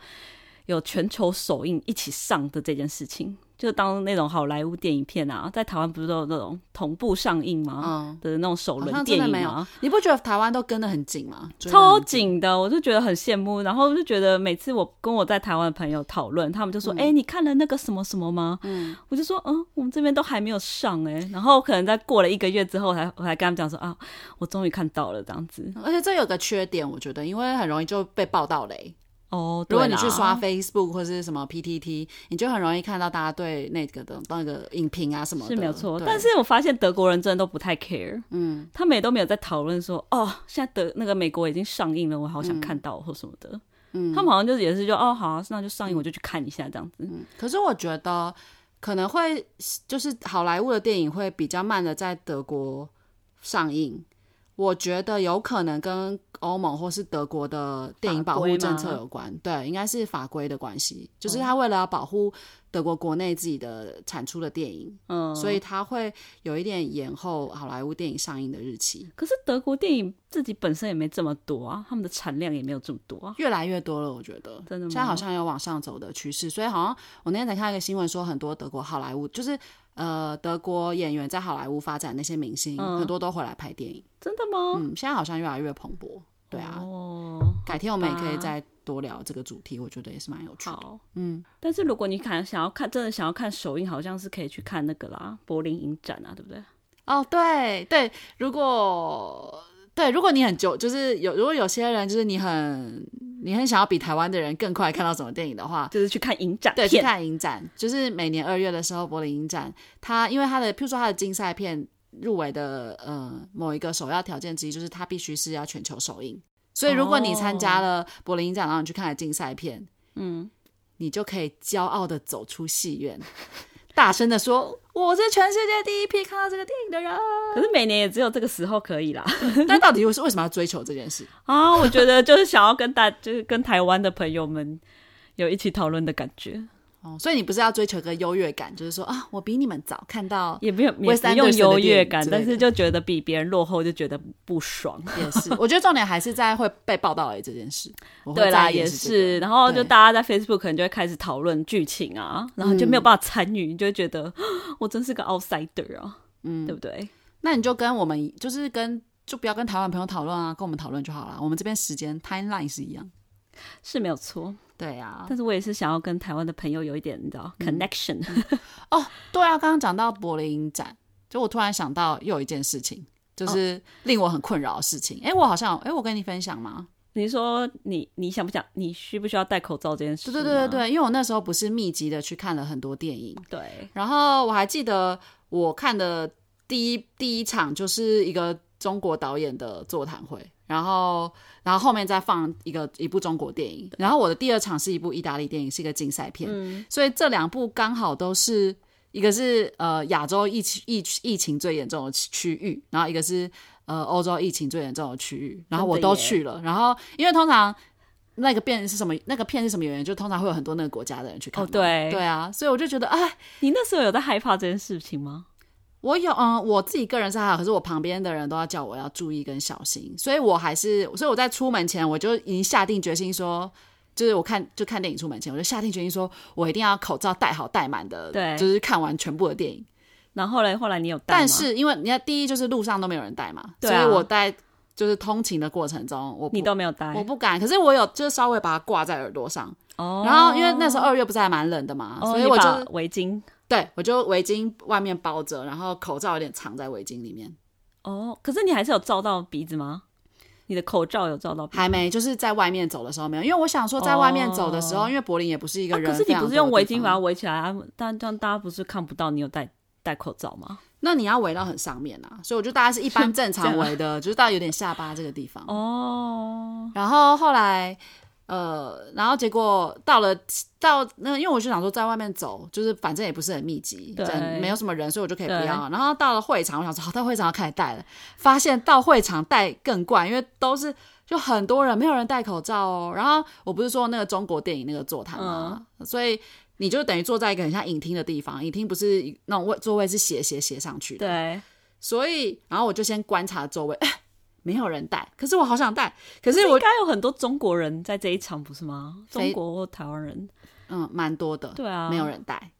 [SPEAKER 2] 有全球首映一起上的这件事情。就当那种好莱坞电影片啊，在台湾不是都有那种同步上映吗？
[SPEAKER 1] 嗯，
[SPEAKER 2] 的那种首
[SPEAKER 1] 好像
[SPEAKER 2] 轮
[SPEAKER 1] 真
[SPEAKER 2] 电
[SPEAKER 1] 的
[SPEAKER 2] 影
[SPEAKER 1] 没有
[SPEAKER 2] 啊，
[SPEAKER 1] 你不觉得台湾都跟得很紧吗？追得很
[SPEAKER 2] 超紧的，我就觉得很羡慕。然后就觉得每次我跟我在台湾的朋友讨论，他们
[SPEAKER 1] 嗯
[SPEAKER 2] 就说：“哎、你看了那个什么什么吗？”嗯，我就说：“嗯，我们这边都还没有上哎、然后可能在过了一个月之后我才，我才跟他们讲说：“啊，我终于看到了这样子。
[SPEAKER 1] 而且这有个缺点，我觉得，因为很容易就被爆到雷。”
[SPEAKER 2] 哦，
[SPEAKER 1] 如果
[SPEAKER 2] 对
[SPEAKER 1] 你
[SPEAKER 2] 啦
[SPEAKER 1] 去刷 Facebook 或是什么 PTT，你就很容易看到大家对那个的那个影评啊什么的。
[SPEAKER 2] 是没有错，
[SPEAKER 1] 对
[SPEAKER 2] 但是我发现德国人真的都不太 care，嗯，他们也都没有在讨论说，哦，现在德那个美国已经上映了，
[SPEAKER 1] 嗯
[SPEAKER 2] 我好想看到或什么的，嗯，他们好像就是也是就哦好、啊，那就
[SPEAKER 1] 嗯
[SPEAKER 2] 上映我就去看一下这样子，
[SPEAKER 1] 可是我觉得可能会就是好莱坞的电影会比较慢的在德国上映。我觉得有可能跟欧盟或是德国的电影保护政策有关，对，应该是法规的关系，就是他为了要保护德国国内自己的产出的电影，
[SPEAKER 2] 嗯，
[SPEAKER 1] 所以他会有一点延后好莱坞电影上映的日期。
[SPEAKER 2] 可是德国电影自己本身也没这么多啊，他们的产量也没有这么多啊。
[SPEAKER 1] 越来越多了，我觉得
[SPEAKER 2] 真的吗
[SPEAKER 1] 现在好像有往上走的趋势，所以好像我那天才看一个新闻说，很多德国好莱坞就是呃德国演员在好莱坞发展那些明星，
[SPEAKER 2] 嗯
[SPEAKER 1] 很多都回来拍电影。
[SPEAKER 2] 真的吗？
[SPEAKER 1] 嗯，现在好像越来越蓬勃。对啊，
[SPEAKER 2] 哦，
[SPEAKER 1] 改天我们也
[SPEAKER 2] 好吧
[SPEAKER 1] 可以再多聊这个主题，我觉得也是蛮有趣的。
[SPEAKER 2] 好。
[SPEAKER 1] 嗯，
[SPEAKER 2] 但是如果你看想要看，真的想要看首映，好像是可以去看那个啦，柏林影展啊，对不对？
[SPEAKER 1] 哦，对对，如果对如果你很久，就是有如果有些人就是你很你很想要比台湾的人更快看到什么电影的话，
[SPEAKER 2] 就是去看影展
[SPEAKER 1] 对，去
[SPEAKER 2] 片。
[SPEAKER 1] 看影展，就是每年二月的时候，柏林影展，它因为它的，譬如说它的竞赛片入围的，呃，某一个首要条件之一就是它必须是要全球首映。所以如果你参加了柏林影展，然后你去看了竞赛片，嗯，你就可以骄傲的走出戏院，大声的说：“我是全世界第一批看到这个电影的人。
[SPEAKER 2] 可是每年也只有这个时候可以啦。”
[SPEAKER 1] 但到底又是为什么要追求这件事？
[SPEAKER 2] 啊，我觉得就是想要跟大，就是跟台湾的朋友们有一起讨论的感觉，
[SPEAKER 1] 哦，所以你不是要追求一个优越感，就是说啊，我比你们早看到
[SPEAKER 2] 也没有也
[SPEAKER 1] Wes
[SPEAKER 2] 不用
[SPEAKER 1] Anderson
[SPEAKER 2] 优
[SPEAKER 1] 的电
[SPEAKER 2] 越
[SPEAKER 1] 影
[SPEAKER 2] 感
[SPEAKER 1] 之，类
[SPEAKER 2] 但
[SPEAKER 1] 的
[SPEAKER 2] 是就觉得比别人落后，就觉得不爽。
[SPEAKER 1] 也是， 我觉得重点还是在会被报道而已这件事。我会
[SPEAKER 2] 对啦，
[SPEAKER 1] 在意
[SPEAKER 2] 也
[SPEAKER 1] 的是这
[SPEAKER 2] 是，
[SPEAKER 1] 个，
[SPEAKER 2] 然后就
[SPEAKER 1] 对
[SPEAKER 2] 大家在 Facebook 可能就会开始讨论剧情啊，然后就
[SPEAKER 1] 嗯
[SPEAKER 2] 没有办法参与，你就会觉得哦我真是个 outsider 啊，嗯，对不对？
[SPEAKER 1] 那你就跟我们就是跟就不要跟台湾朋友讨论啊，跟我们讨论就好了。我们这边时间 timeline 是一样。
[SPEAKER 2] 是没有错，
[SPEAKER 1] 对啊，
[SPEAKER 2] 但是我也是想要跟台湾的朋友有一点，你
[SPEAKER 1] 嗯
[SPEAKER 2] 知道 connection，、
[SPEAKER 1] 对啊，刚刚讲到柏林展，就我突然想到又有一件事情，就是
[SPEAKER 2] 哦
[SPEAKER 1] 令我很困扰的事情。哎、我好像哎，我跟你分享吗？
[SPEAKER 2] 你说你你想不想，你需不需要戴口罩这件事
[SPEAKER 1] 对
[SPEAKER 2] 吗？
[SPEAKER 1] 对对对对，因为我那时候不是密集的去看了很多电影，
[SPEAKER 2] 对
[SPEAKER 1] 然后我还记得我看的第一第一场就是一个中国导演的座谈会，然后然后后面再放一个一部中国电影，然后我的第二场是一部意大利电影，是一个竞赛片，所以这两部刚好都是。一个是呃亚洲疫情疫疫情最严重的区域，然后一个是呃欧洲疫情最严重的区域，然后我
[SPEAKER 2] 真的
[SPEAKER 1] 都
[SPEAKER 2] 耶
[SPEAKER 1] 去了。然后因为通常那个片是什么，那个片是什么演员，就通常会有很多那个国家的人去看
[SPEAKER 2] 哦
[SPEAKER 1] 嘛。
[SPEAKER 2] 对
[SPEAKER 1] 对啊，所以我就觉得哎，
[SPEAKER 2] 你那时候有在害怕这件事情吗？
[SPEAKER 1] 我有，嗯，我自己个人是还好，可是我旁边的人都要叫我要注意跟小心，所以我还是，所以我在出门前我就已经下定决心说，就是我看就看电影出门前，我就下定决心说我一定要口罩戴好戴满的，
[SPEAKER 2] 对
[SPEAKER 1] 就是看完全部的电影。
[SPEAKER 2] 然后嘞，后来你有戴吗？
[SPEAKER 1] 但是因为你看，第一就是路上都没有人戴嘛，
[SPEAKER 2] 对啊
[SPEAKER 1] 所以我在就是通勤的过程中，我不
[SPEAKER 2] 你都没有戴
[SPEAKER 1] 我不敢，可是我有就是稍微把它挂在耳朵上，
[SPEAKER 2] 哦，
[SPEAKER 1] 然后因为那时候二月不是还蛮冷的嘛，
[SPEAKER 2] 哦
[SPEAKER 1] 所以
[SPEAKER 2] 你
[SPEAKER 1] 我就
[SPEAKER 2] 把围巾
[SPEAKER 1] 对我就围巾外面包着，然后口罩有点藏在围巾里面。
[SPEAKER 2] 哦，可是你还是有照到鼻子吗？你的口罩有照到鼻子？
[SPEAKER 1] 还没，就是在外面走的时候没有，因为我想说在外面走的时候，
[SPEAKER 2] 哦
[SPEAKER 1] 因为柏林也不是一个
[SPEAKER 2] 啊、
[SPEAKER 1] 人、
[SPEAKER 2] 可是你不是用围巾把它？围起来啊？但这样大家不是看不到你有戴戴口罩吗？
[SPEAKER 1] 那你要围到很上面啊，所以我就大概是一般正
[SPEAKER 2] 这
[SPEAKER 1] 常
[SPEAKER 2] 样啊
[SPEAKER 1] 围的，就是到有点下巴这个地方。
[SPEAKER 2] 哦，
[SPEAKER 1] 然后后来，呃，然后结果到了到那，因为我就想说在外面走，就是反正也不是很密集，
[SPEAKER 2] 对
[SPEAKER 1] 人没有什么人，所以我就可以不
[SPEAKER 2] 对
[SPEAKER 1] 要。然后到了会场，我想说好，哦到会场要开始戴了，发现到会场戴更怪，因为都是。就很多人，没有人戴口罩哦。然后我不是说那个中国电影那个座谈嘛，
[SPEAKER 2] 嗯
[SPEAKER 1] 所以你就等于坐在一个很像影厅的地方，影厅不是那种位座位是斜斜斜上去的，
[SPEAKER 2] 对，
[SPEAKER 1] 所以然后我就先观察周围，没有人戴，可是我好想戴，可是我
[SPEAKER 2] 应该有很多中国人在这一场，不是吗？
[SPEAKER 1] 非
[SPEAKER 2] 中国或台湾人，
[SPEAKER 1] 嗯，蛮多的，
[SPEAKER 2] 对啊，
[SPEAKER 1] 没有，人戴。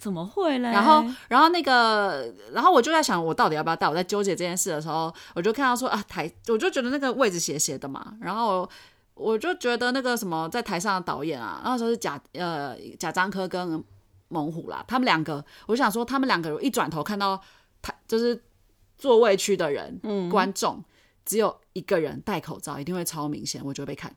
[SPEAKER 2] 怎么会嘞？
[SPEAKER 1] 然后，然后那个，然后我就在想，我到底要不要戴？我在纠结这件事的时候，我就看到说啊，台，我就觉得那个位置斜斜的嘛，然后。我就觉得那个什么，在台上的导演啊，那时候是贾呃贾樟柯跟猛虎啦，他们两个，我就想说他们两个，我一转头看到台就是座位区的人，嗯，观众只有一个人戴口罩，一定会超明显，我就会被看，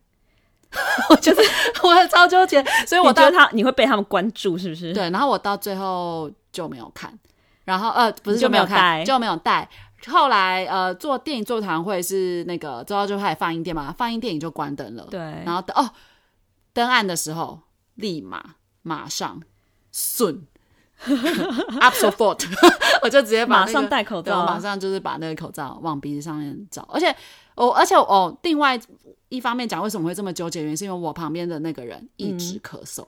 [SPEAKER 1] 我就是我超纠结，所以我
[SPEAKER 2] 你觉
[SPEAKER 1] 到
[SPEAKER 2] 得他你会被他们关注是不 是？，
[SPEAKER 1] 对，然后我到最后就没有看，然后呃不是
[SPEAKER 2] 你就
[SPEAKER 1] 没有
[SPEAKER 2] 没有
[SPEAKER 1] 看
[SPEAKER 2] 带
[SPEAKER 1] 就没有带。后来呃做电影座谈会是那个之后就开始放映店嘛，放映电影就关灯了。
[SPEAKER 2] 对
[SPEAKER 1] 然后哦登岸的时候立马马上 顺 up so fort，我 就直接把、那
[SPEAKER 2] 马
[SPEAKER 1] 个、
[SPEAKER 2] 上戴口
[SPEAKER 1] 对，
[SPEAKER 2] 罩
[SPEAKER 1] 我
[SPEAKER 2] 啊，
[SPEAKER 1] 马上就是把那个口罩往鼻子上面找，而且我、而且我、哦、另外一方面讲为什么会这么纠结，原因是因为我旁边的那个人一直
[SPEAKER 2] 嗯
[SPEAKER 1] 咳嗽。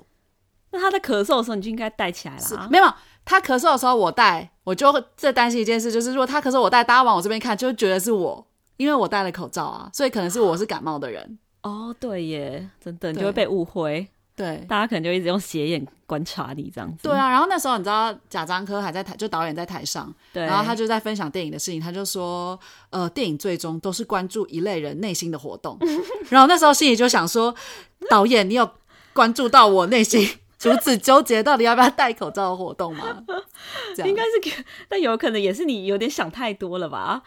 [SPEAKER 2] 那他在咳嗽的时候，你就应该戴起来啦。
[SPEAKER 1] 没有，他咳嗽的时候我戴，我就最担心一件事，就是如果他咳嗽我戴，大家往我这边看，就会觉得是我，因为我戴了口罩啊，所以可能是我是感冒的人。
[SPEAKER 2] 哦，对耶，真的，你
[SPEAKER 1] 对
[SPEAKER 2] 就会被误会，
[SPEAKER 1] 对，
[SPEAKER 2] 大家可能就一直用斜眼观察你这样子。
[SPEAKER 1] 对啊。然后那时候你知道贾樟柯还在台，就导演在台上，
[SPEAKER 2] 对，
[SPEAKER 1] 然后他就在分享电影的事情，他就说，呃，电影最终都是关注一类人内心的活动。 然后那时候心里就想说，导演，你有关注到我内心 如此纠结到底要不要戴口罩的活动吗？这样
[SPEAKER 2] 应该是 给，但有可能也是你有点想太多了吧？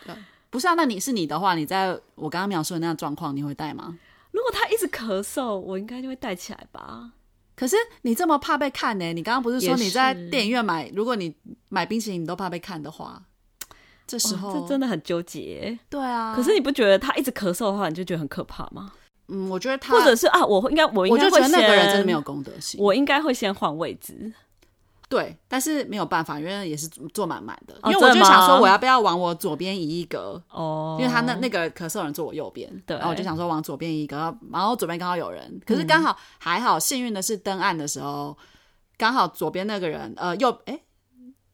[SPEAKER 1] 不是啊，那你是你的话，你在我刚刚描述的那样状况，你会戴吗？
[SPEAKER 2] 如果他一直咳嗽，我应该就会戴起来吧？
[SPEAKER 1] 可是你这么怕被看呢、你刚刚不是说
[SPEAKER 2] 也是
[SPEAKER 1] 你在电影院买，如果你买冰淇淋你都怕被看的话，这时候、
[SPEAKER 2] 哦这真的很纠结。
[SPEAKER 1] 对啊。
[SPEAKER 2] 可是你不觉得他一直咳嗽的话，你就觉得很可怕吗？
[SPEAKER 1] 嗯，我觉得他，
[SPEAKER 2] 或者是啊，我应该我应
[SPEAKER 1] 我
[SPEAKER 2] 该
[SPEAKER 1] 就觉
[SPEAKER 2] 会
[SPEAKER 1] 得
[SPEAKER 2] 先
[SPEAKER 1] 那个人真的没有公德心。
[SPEAKER 2] 我应该会先换位置。
[SPEAKER 1] 对，但是没有办法，因为也是坐满满的，
[SPEAKER 2] 哦
[SPEAKER 1] 因为我就
[SPEAKER 2] 真的吗
[SPEAKER 1] 想说我要不要往我左边移一格。
[SPEAKER 2] 哦，
[SPEAKER 1] 因为他那那个咳嗽人坐我右边，
[SPEAKER 2] 对嗯
[SPEAKER 1] 然后我就想说往左边移一个，然后然后左边刚好有人，可是刚好、还好，幸运的是登岸的时候，刚好左边那个人，呃，右，哎，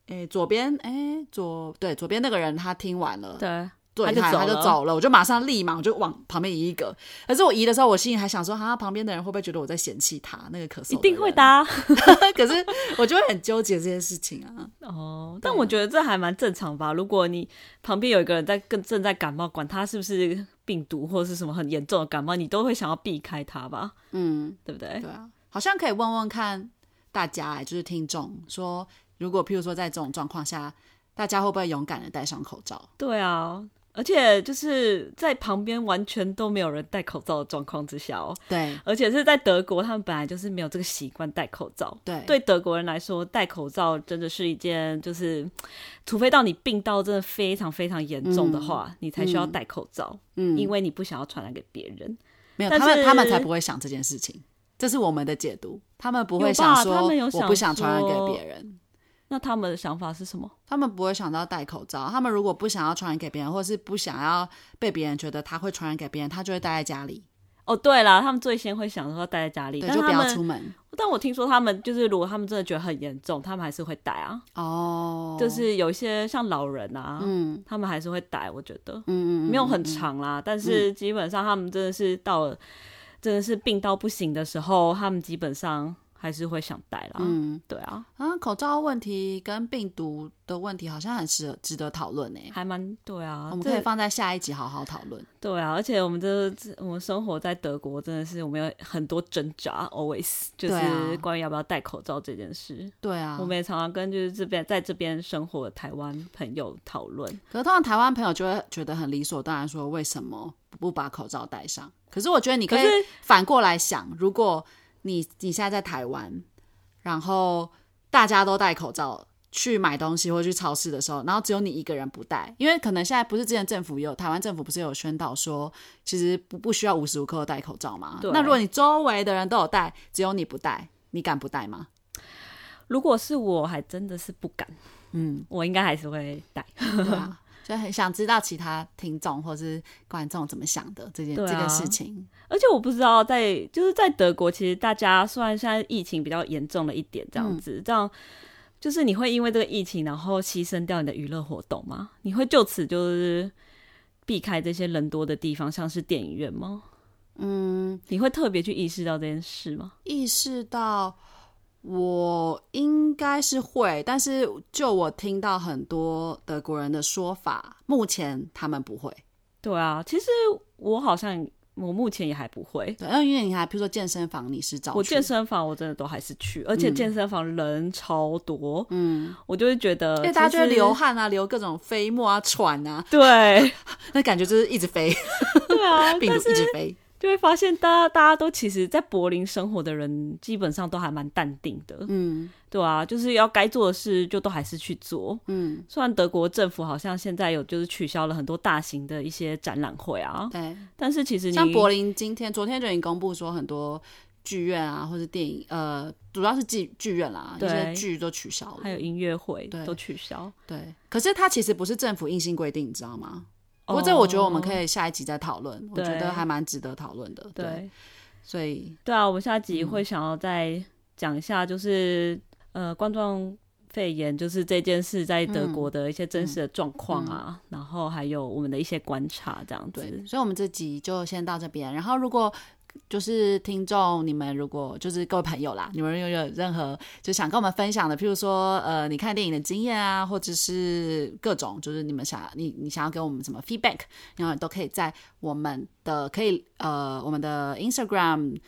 [SPEAKER 1] 哎，左边，哎，左，对，左边那个人他听完了，
[SPEAKER 2] 对，
[SPEAKER 1] 对
[SPEAKER 2] 他就
[SPEAKER 1] 他
[SPEAKER 2] 走
[SPEAKER 1] 就
[SPEAKER 2] 了
[SPEAKER 1] 走了，我就马上立马我就往旁边移一个，可是我移的时候，我心里还想说，哈，旁边的人会不会觉得我在嫌弃他那个咳嗽？
[SPEAKER 2] 一定会。搭。
[SPEAKER 1] 可是我就会很纠结这件事情啊。
[SPEAKER 2] 哦，但我觉得这还蛮正常吧。如果你旁边有一个人在更正在感冒，管他是不是病毒或是什么很严重的感冒，你都会想要避开他吧，
[SPEAKER 1] 嗯，
[SPEAKER 2] 对不对？
[SPEAKER 1] 对啊，好像可以问问看大家、哎，就是听众说，如果譬如说在这种状况下，大家会不会勇敢的戴上口罩？
[SPEAKER 2] 对啊，而且就是在旁边完全都没有人戴口罩的状况之下哦，
[SPEAKER 1] 对
[SPEAKER 2] 而且是在德国，他们本来就是没有这个习惯戴口罩。
[SPEAKER 1] 对
[SPEAKER 2] 对德国人来说，戴口罩真的是一件，就是除非到你病到真的非常非常严重的话，你才需要戴口罩，
[SPEAKER 1] 嗯
[SPEAKER 2] 因为你不想要传染给别人。
[SPEAKER 1] 没有
[SPEAKER 2] 但
[SPEAKER 1] 他们，他们
[SPEAKER 2] 是
[SPEAKER 1] 才不会想这件事情，这是我们的解读，他们不会
[SPEAKER 2] 有吧
[SPEAKER 1] 想说
[SPEAKER 2] 他们有
[SPEAKER 1] 我
[SPEAKER 2] 想
[SPEAKER 1] 不想传染给
[SPEAKER 2] 说
[SPEAKER 1] 别人。
[SPEAKER 2] 那他们的想法是什么？
[SPEAKER 1] 他们不会想到戴口罩，他们如果不想要传染给别人，或是不想要被别人觉得他会传染给别人，他就会待在家里，
[SPEAKER 2] 哦，对啦，他们最先会想说待在家里，
[SPEAKER 1] 对，
[SPEAKER 2] 但
[SPEAKER 1] 就不
[SPEAKER 2] 他
[SPEAKER 1] 要出
[SPEAKER 2] 们，
[SPEAKER 1] 门。
[SPEAKER 2] 但我听说他们就是，如果他们真的觉得很严重，他们还是会戴啊。
[SPEAKER 1] 哦，
[SPEAKER 2] 就是有一些像老人啊，
[SPEAKER 1] 嗯
[SPEAKER 2] 他们还是会戴，我觉得。
[SPEAKER 1] 嗯嗯，
[SPEAKER 2] 没有很长啦，但是基本上他们真的是到了真的是病到不行的时候，他们基本上还是会想戴啦。
[SPEAKER 1] 嗯
[SPEAKER 2] 对啊，
[SPEAKER 1] 啊，口罩问题跟病毒的问题好像很值值得讨论呢。欸
[SPEAKER 2] 还蛮对啊，
[SPEAKER 1] 我们
[SPEAKER 2] 这
[SPEAKER 1] 可以放在下一集好好讨论。
[SPEAKER 2] 对啊，而且我们这这我们生活在德国，真的是我们有很多挣扎，always 就
[SPEAKER 1] 对啊
[SPEAKER 2] 是关于要不要戴口罩这件事。
[SPEAKER 1] 对啊，
[SPEAKER 2] 我们也常常跟就是这边在这边生活的台湾朋友讨论，
[SPEAKER 1] 可是通常台湾朋友就会觉得很理所当然，说为什么不把口罩戴上？可是我觉得你可以
[SPEAKER 2] 可是
[SPEAKER 1] 反过来想，如果你你现在在台湾，然后大家都戴口罩去买东西或去超市的时候，然后只有你一个人不戴，因为可能现在不是之前政府也有台湾政府不是有宣导说，其实不不需要无时无刻都戴口罩嘛？
[SPEAKER 2] 对
[SPEAKER 1] 那如果你周围的人都有戴，只有你不戴，你敢不戴吗？
[SPEAKER 2] 如果是我还真的是不敢，
[SPEAKER 1] 嗯，
[SPEAKER 2] 我应该还是会戴。
[SPEAKER 1] 对
[SPEAKER 2] 嗯
[SPEAKER 1] 啊。所以很想知道其他听众或是观众怎么想的这件、
[SPEAKER 2] 对啊
[SPEAKER 1] 这个事情。
[SPEAKER 2] 而且我不知道在，就是在德国，其实大家虽然现在疫情比较严重了一点，这样
[SPEAKER 1] 嗯
[SPEAKER 2] 子，这样就是你会因为这个疫情，然后牺牲掉你的娱乐活动吗？你会就此就是避开这些人多的地方，像是电影院吗？嗯，你会特别去意识到这件事吗？
[SPEAKER 1] 意识到我应该是会，但是就我听到很多德国人的说法，目前他们不会。
[SPEAKER 2] 对啊，其实我好像我目前也还不会。
[SPEAKER 1] 对，因为你还比如说健身房，你是嗯找
[SPEAKER 2] 嗯我
[SPEAKER 1] 去
[SPEAKER 2] 健身房我真的都还是去，而且健身房人超多，嗯，我就会觉得，
[SPEAKER 1] 因为大家就会
[SPEAKER 2] 其实
[SPEAKER 1] 流，汗啊，流各种飞沫啊、喘啊，
[SPEAKER 2] 对
[SPEAKER 1] 那感觉就是一直飞，
[SPEAKER 2] 对啊，
[SPEAKER 1] 病毒
[SPEAKER 2] 但是
[SPEAKER 1] 一直飞。
[SPEAKER 2] 就会发现大家大家都其实，在柏林生活的人基本上都还蛮淡定的，
[SPEAKER 1] 嗯
[SPEAKER 2] 对啊，就是要该做的事就都还是去做。
[SPEAKER 1] 嗯，
[SPEAKER 2] 虽然德国政府好像现在有就是取消了很多大型的一些展览会啊，
[SPEAKER 1] 对。
[SPEAKER 2] 但是其实你
[SPEAKER 1] 像柏林今天、昨天就已经公布说，很多剧院啊，或者电影，呃，主要是剧剧院啦，一
[SPEAKER 2] 对
[SPEAKER 1] 些剧都取消
[SPEAKER 2] 还有
[SPEAKER 1] 了。
[SPEAKER 2] 音乐会
[SPEAKER 1] 对
[SPEAKER 2] 都取消。
[SPEAKER 1] 对，可是它其实不是政府硬性规定，你知道吗？不过
[SPEAKER 2] 哦
[SPEAKER 1] 这我觉得我们可以下一集再讨论，我觉
[SPEAKER 2] 对
[SPEAKER 1] 得还蛮值得讨论的。对，嗯
[SPEAKER 2] 对
[SPEAKER 1] 所以
[SPEAKER 2] 对啊，我们下集会想要再讲一下，就是、呃，冠状肺炎就是这件事在德国的一些真
[SPEAKER 1] 嗯
[SPEAKER 2] 实的状况啊，然后还有我们的一些观察这样子。
[SPEAKER 1] 对，所以我们这集就先到这边。然后如果就是听众，你们如果就是各位朋友啦，你们有有任何就想跟我们分享的，譬如说呃，你看电影的经验啊，或者是各种就是你们想你你想要给我们什么 feedback，然后都可以在我们的可以呃我们的 Instagram。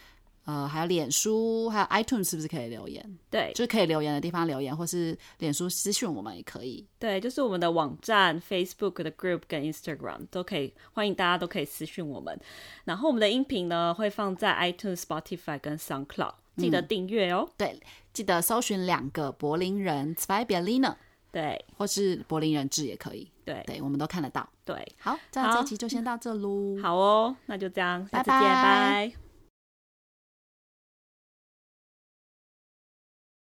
[SPEAKER 1] 呃，还有脸书，还有 iTunes 是不是可以留言？
[SPEAKER 2] 对
[SPEAKER 1] 就是可以留言的地方留言，或是脸书私讯我们也可以。
[SPEAKER 2] 对，就是我们的网站、Facebook 的 group 跟 Instagram 都可以，欢迎大家都可以私讯我们。然后我们的音频呢会放在 iTunes、Spotify 跟 SoundCloud，记
[SPEAKER 1] 嗯
[SPEAKER 2] 得订阅哦。
[SPEAKER 1] 对，记得搜寻两个柏林人 Zwei Berliner，
[SPEAKER 2] 对
[SPEAKER 1] 或是柏林人志也可以。
[SPEAKER 2] 对
[SPEAKER 1] 对，我们都看得到。
[SPEAKER 2] 对，
[SPEAKER 1] 好，这
[SPEAKER 2] 好
[SPEAKER 1] 这期就先到这喽。
[SPEAKER 2] 好哦，那就这样，下次见，
[SPEAKER 1] 拜拜
[SPEAKER 2] 拜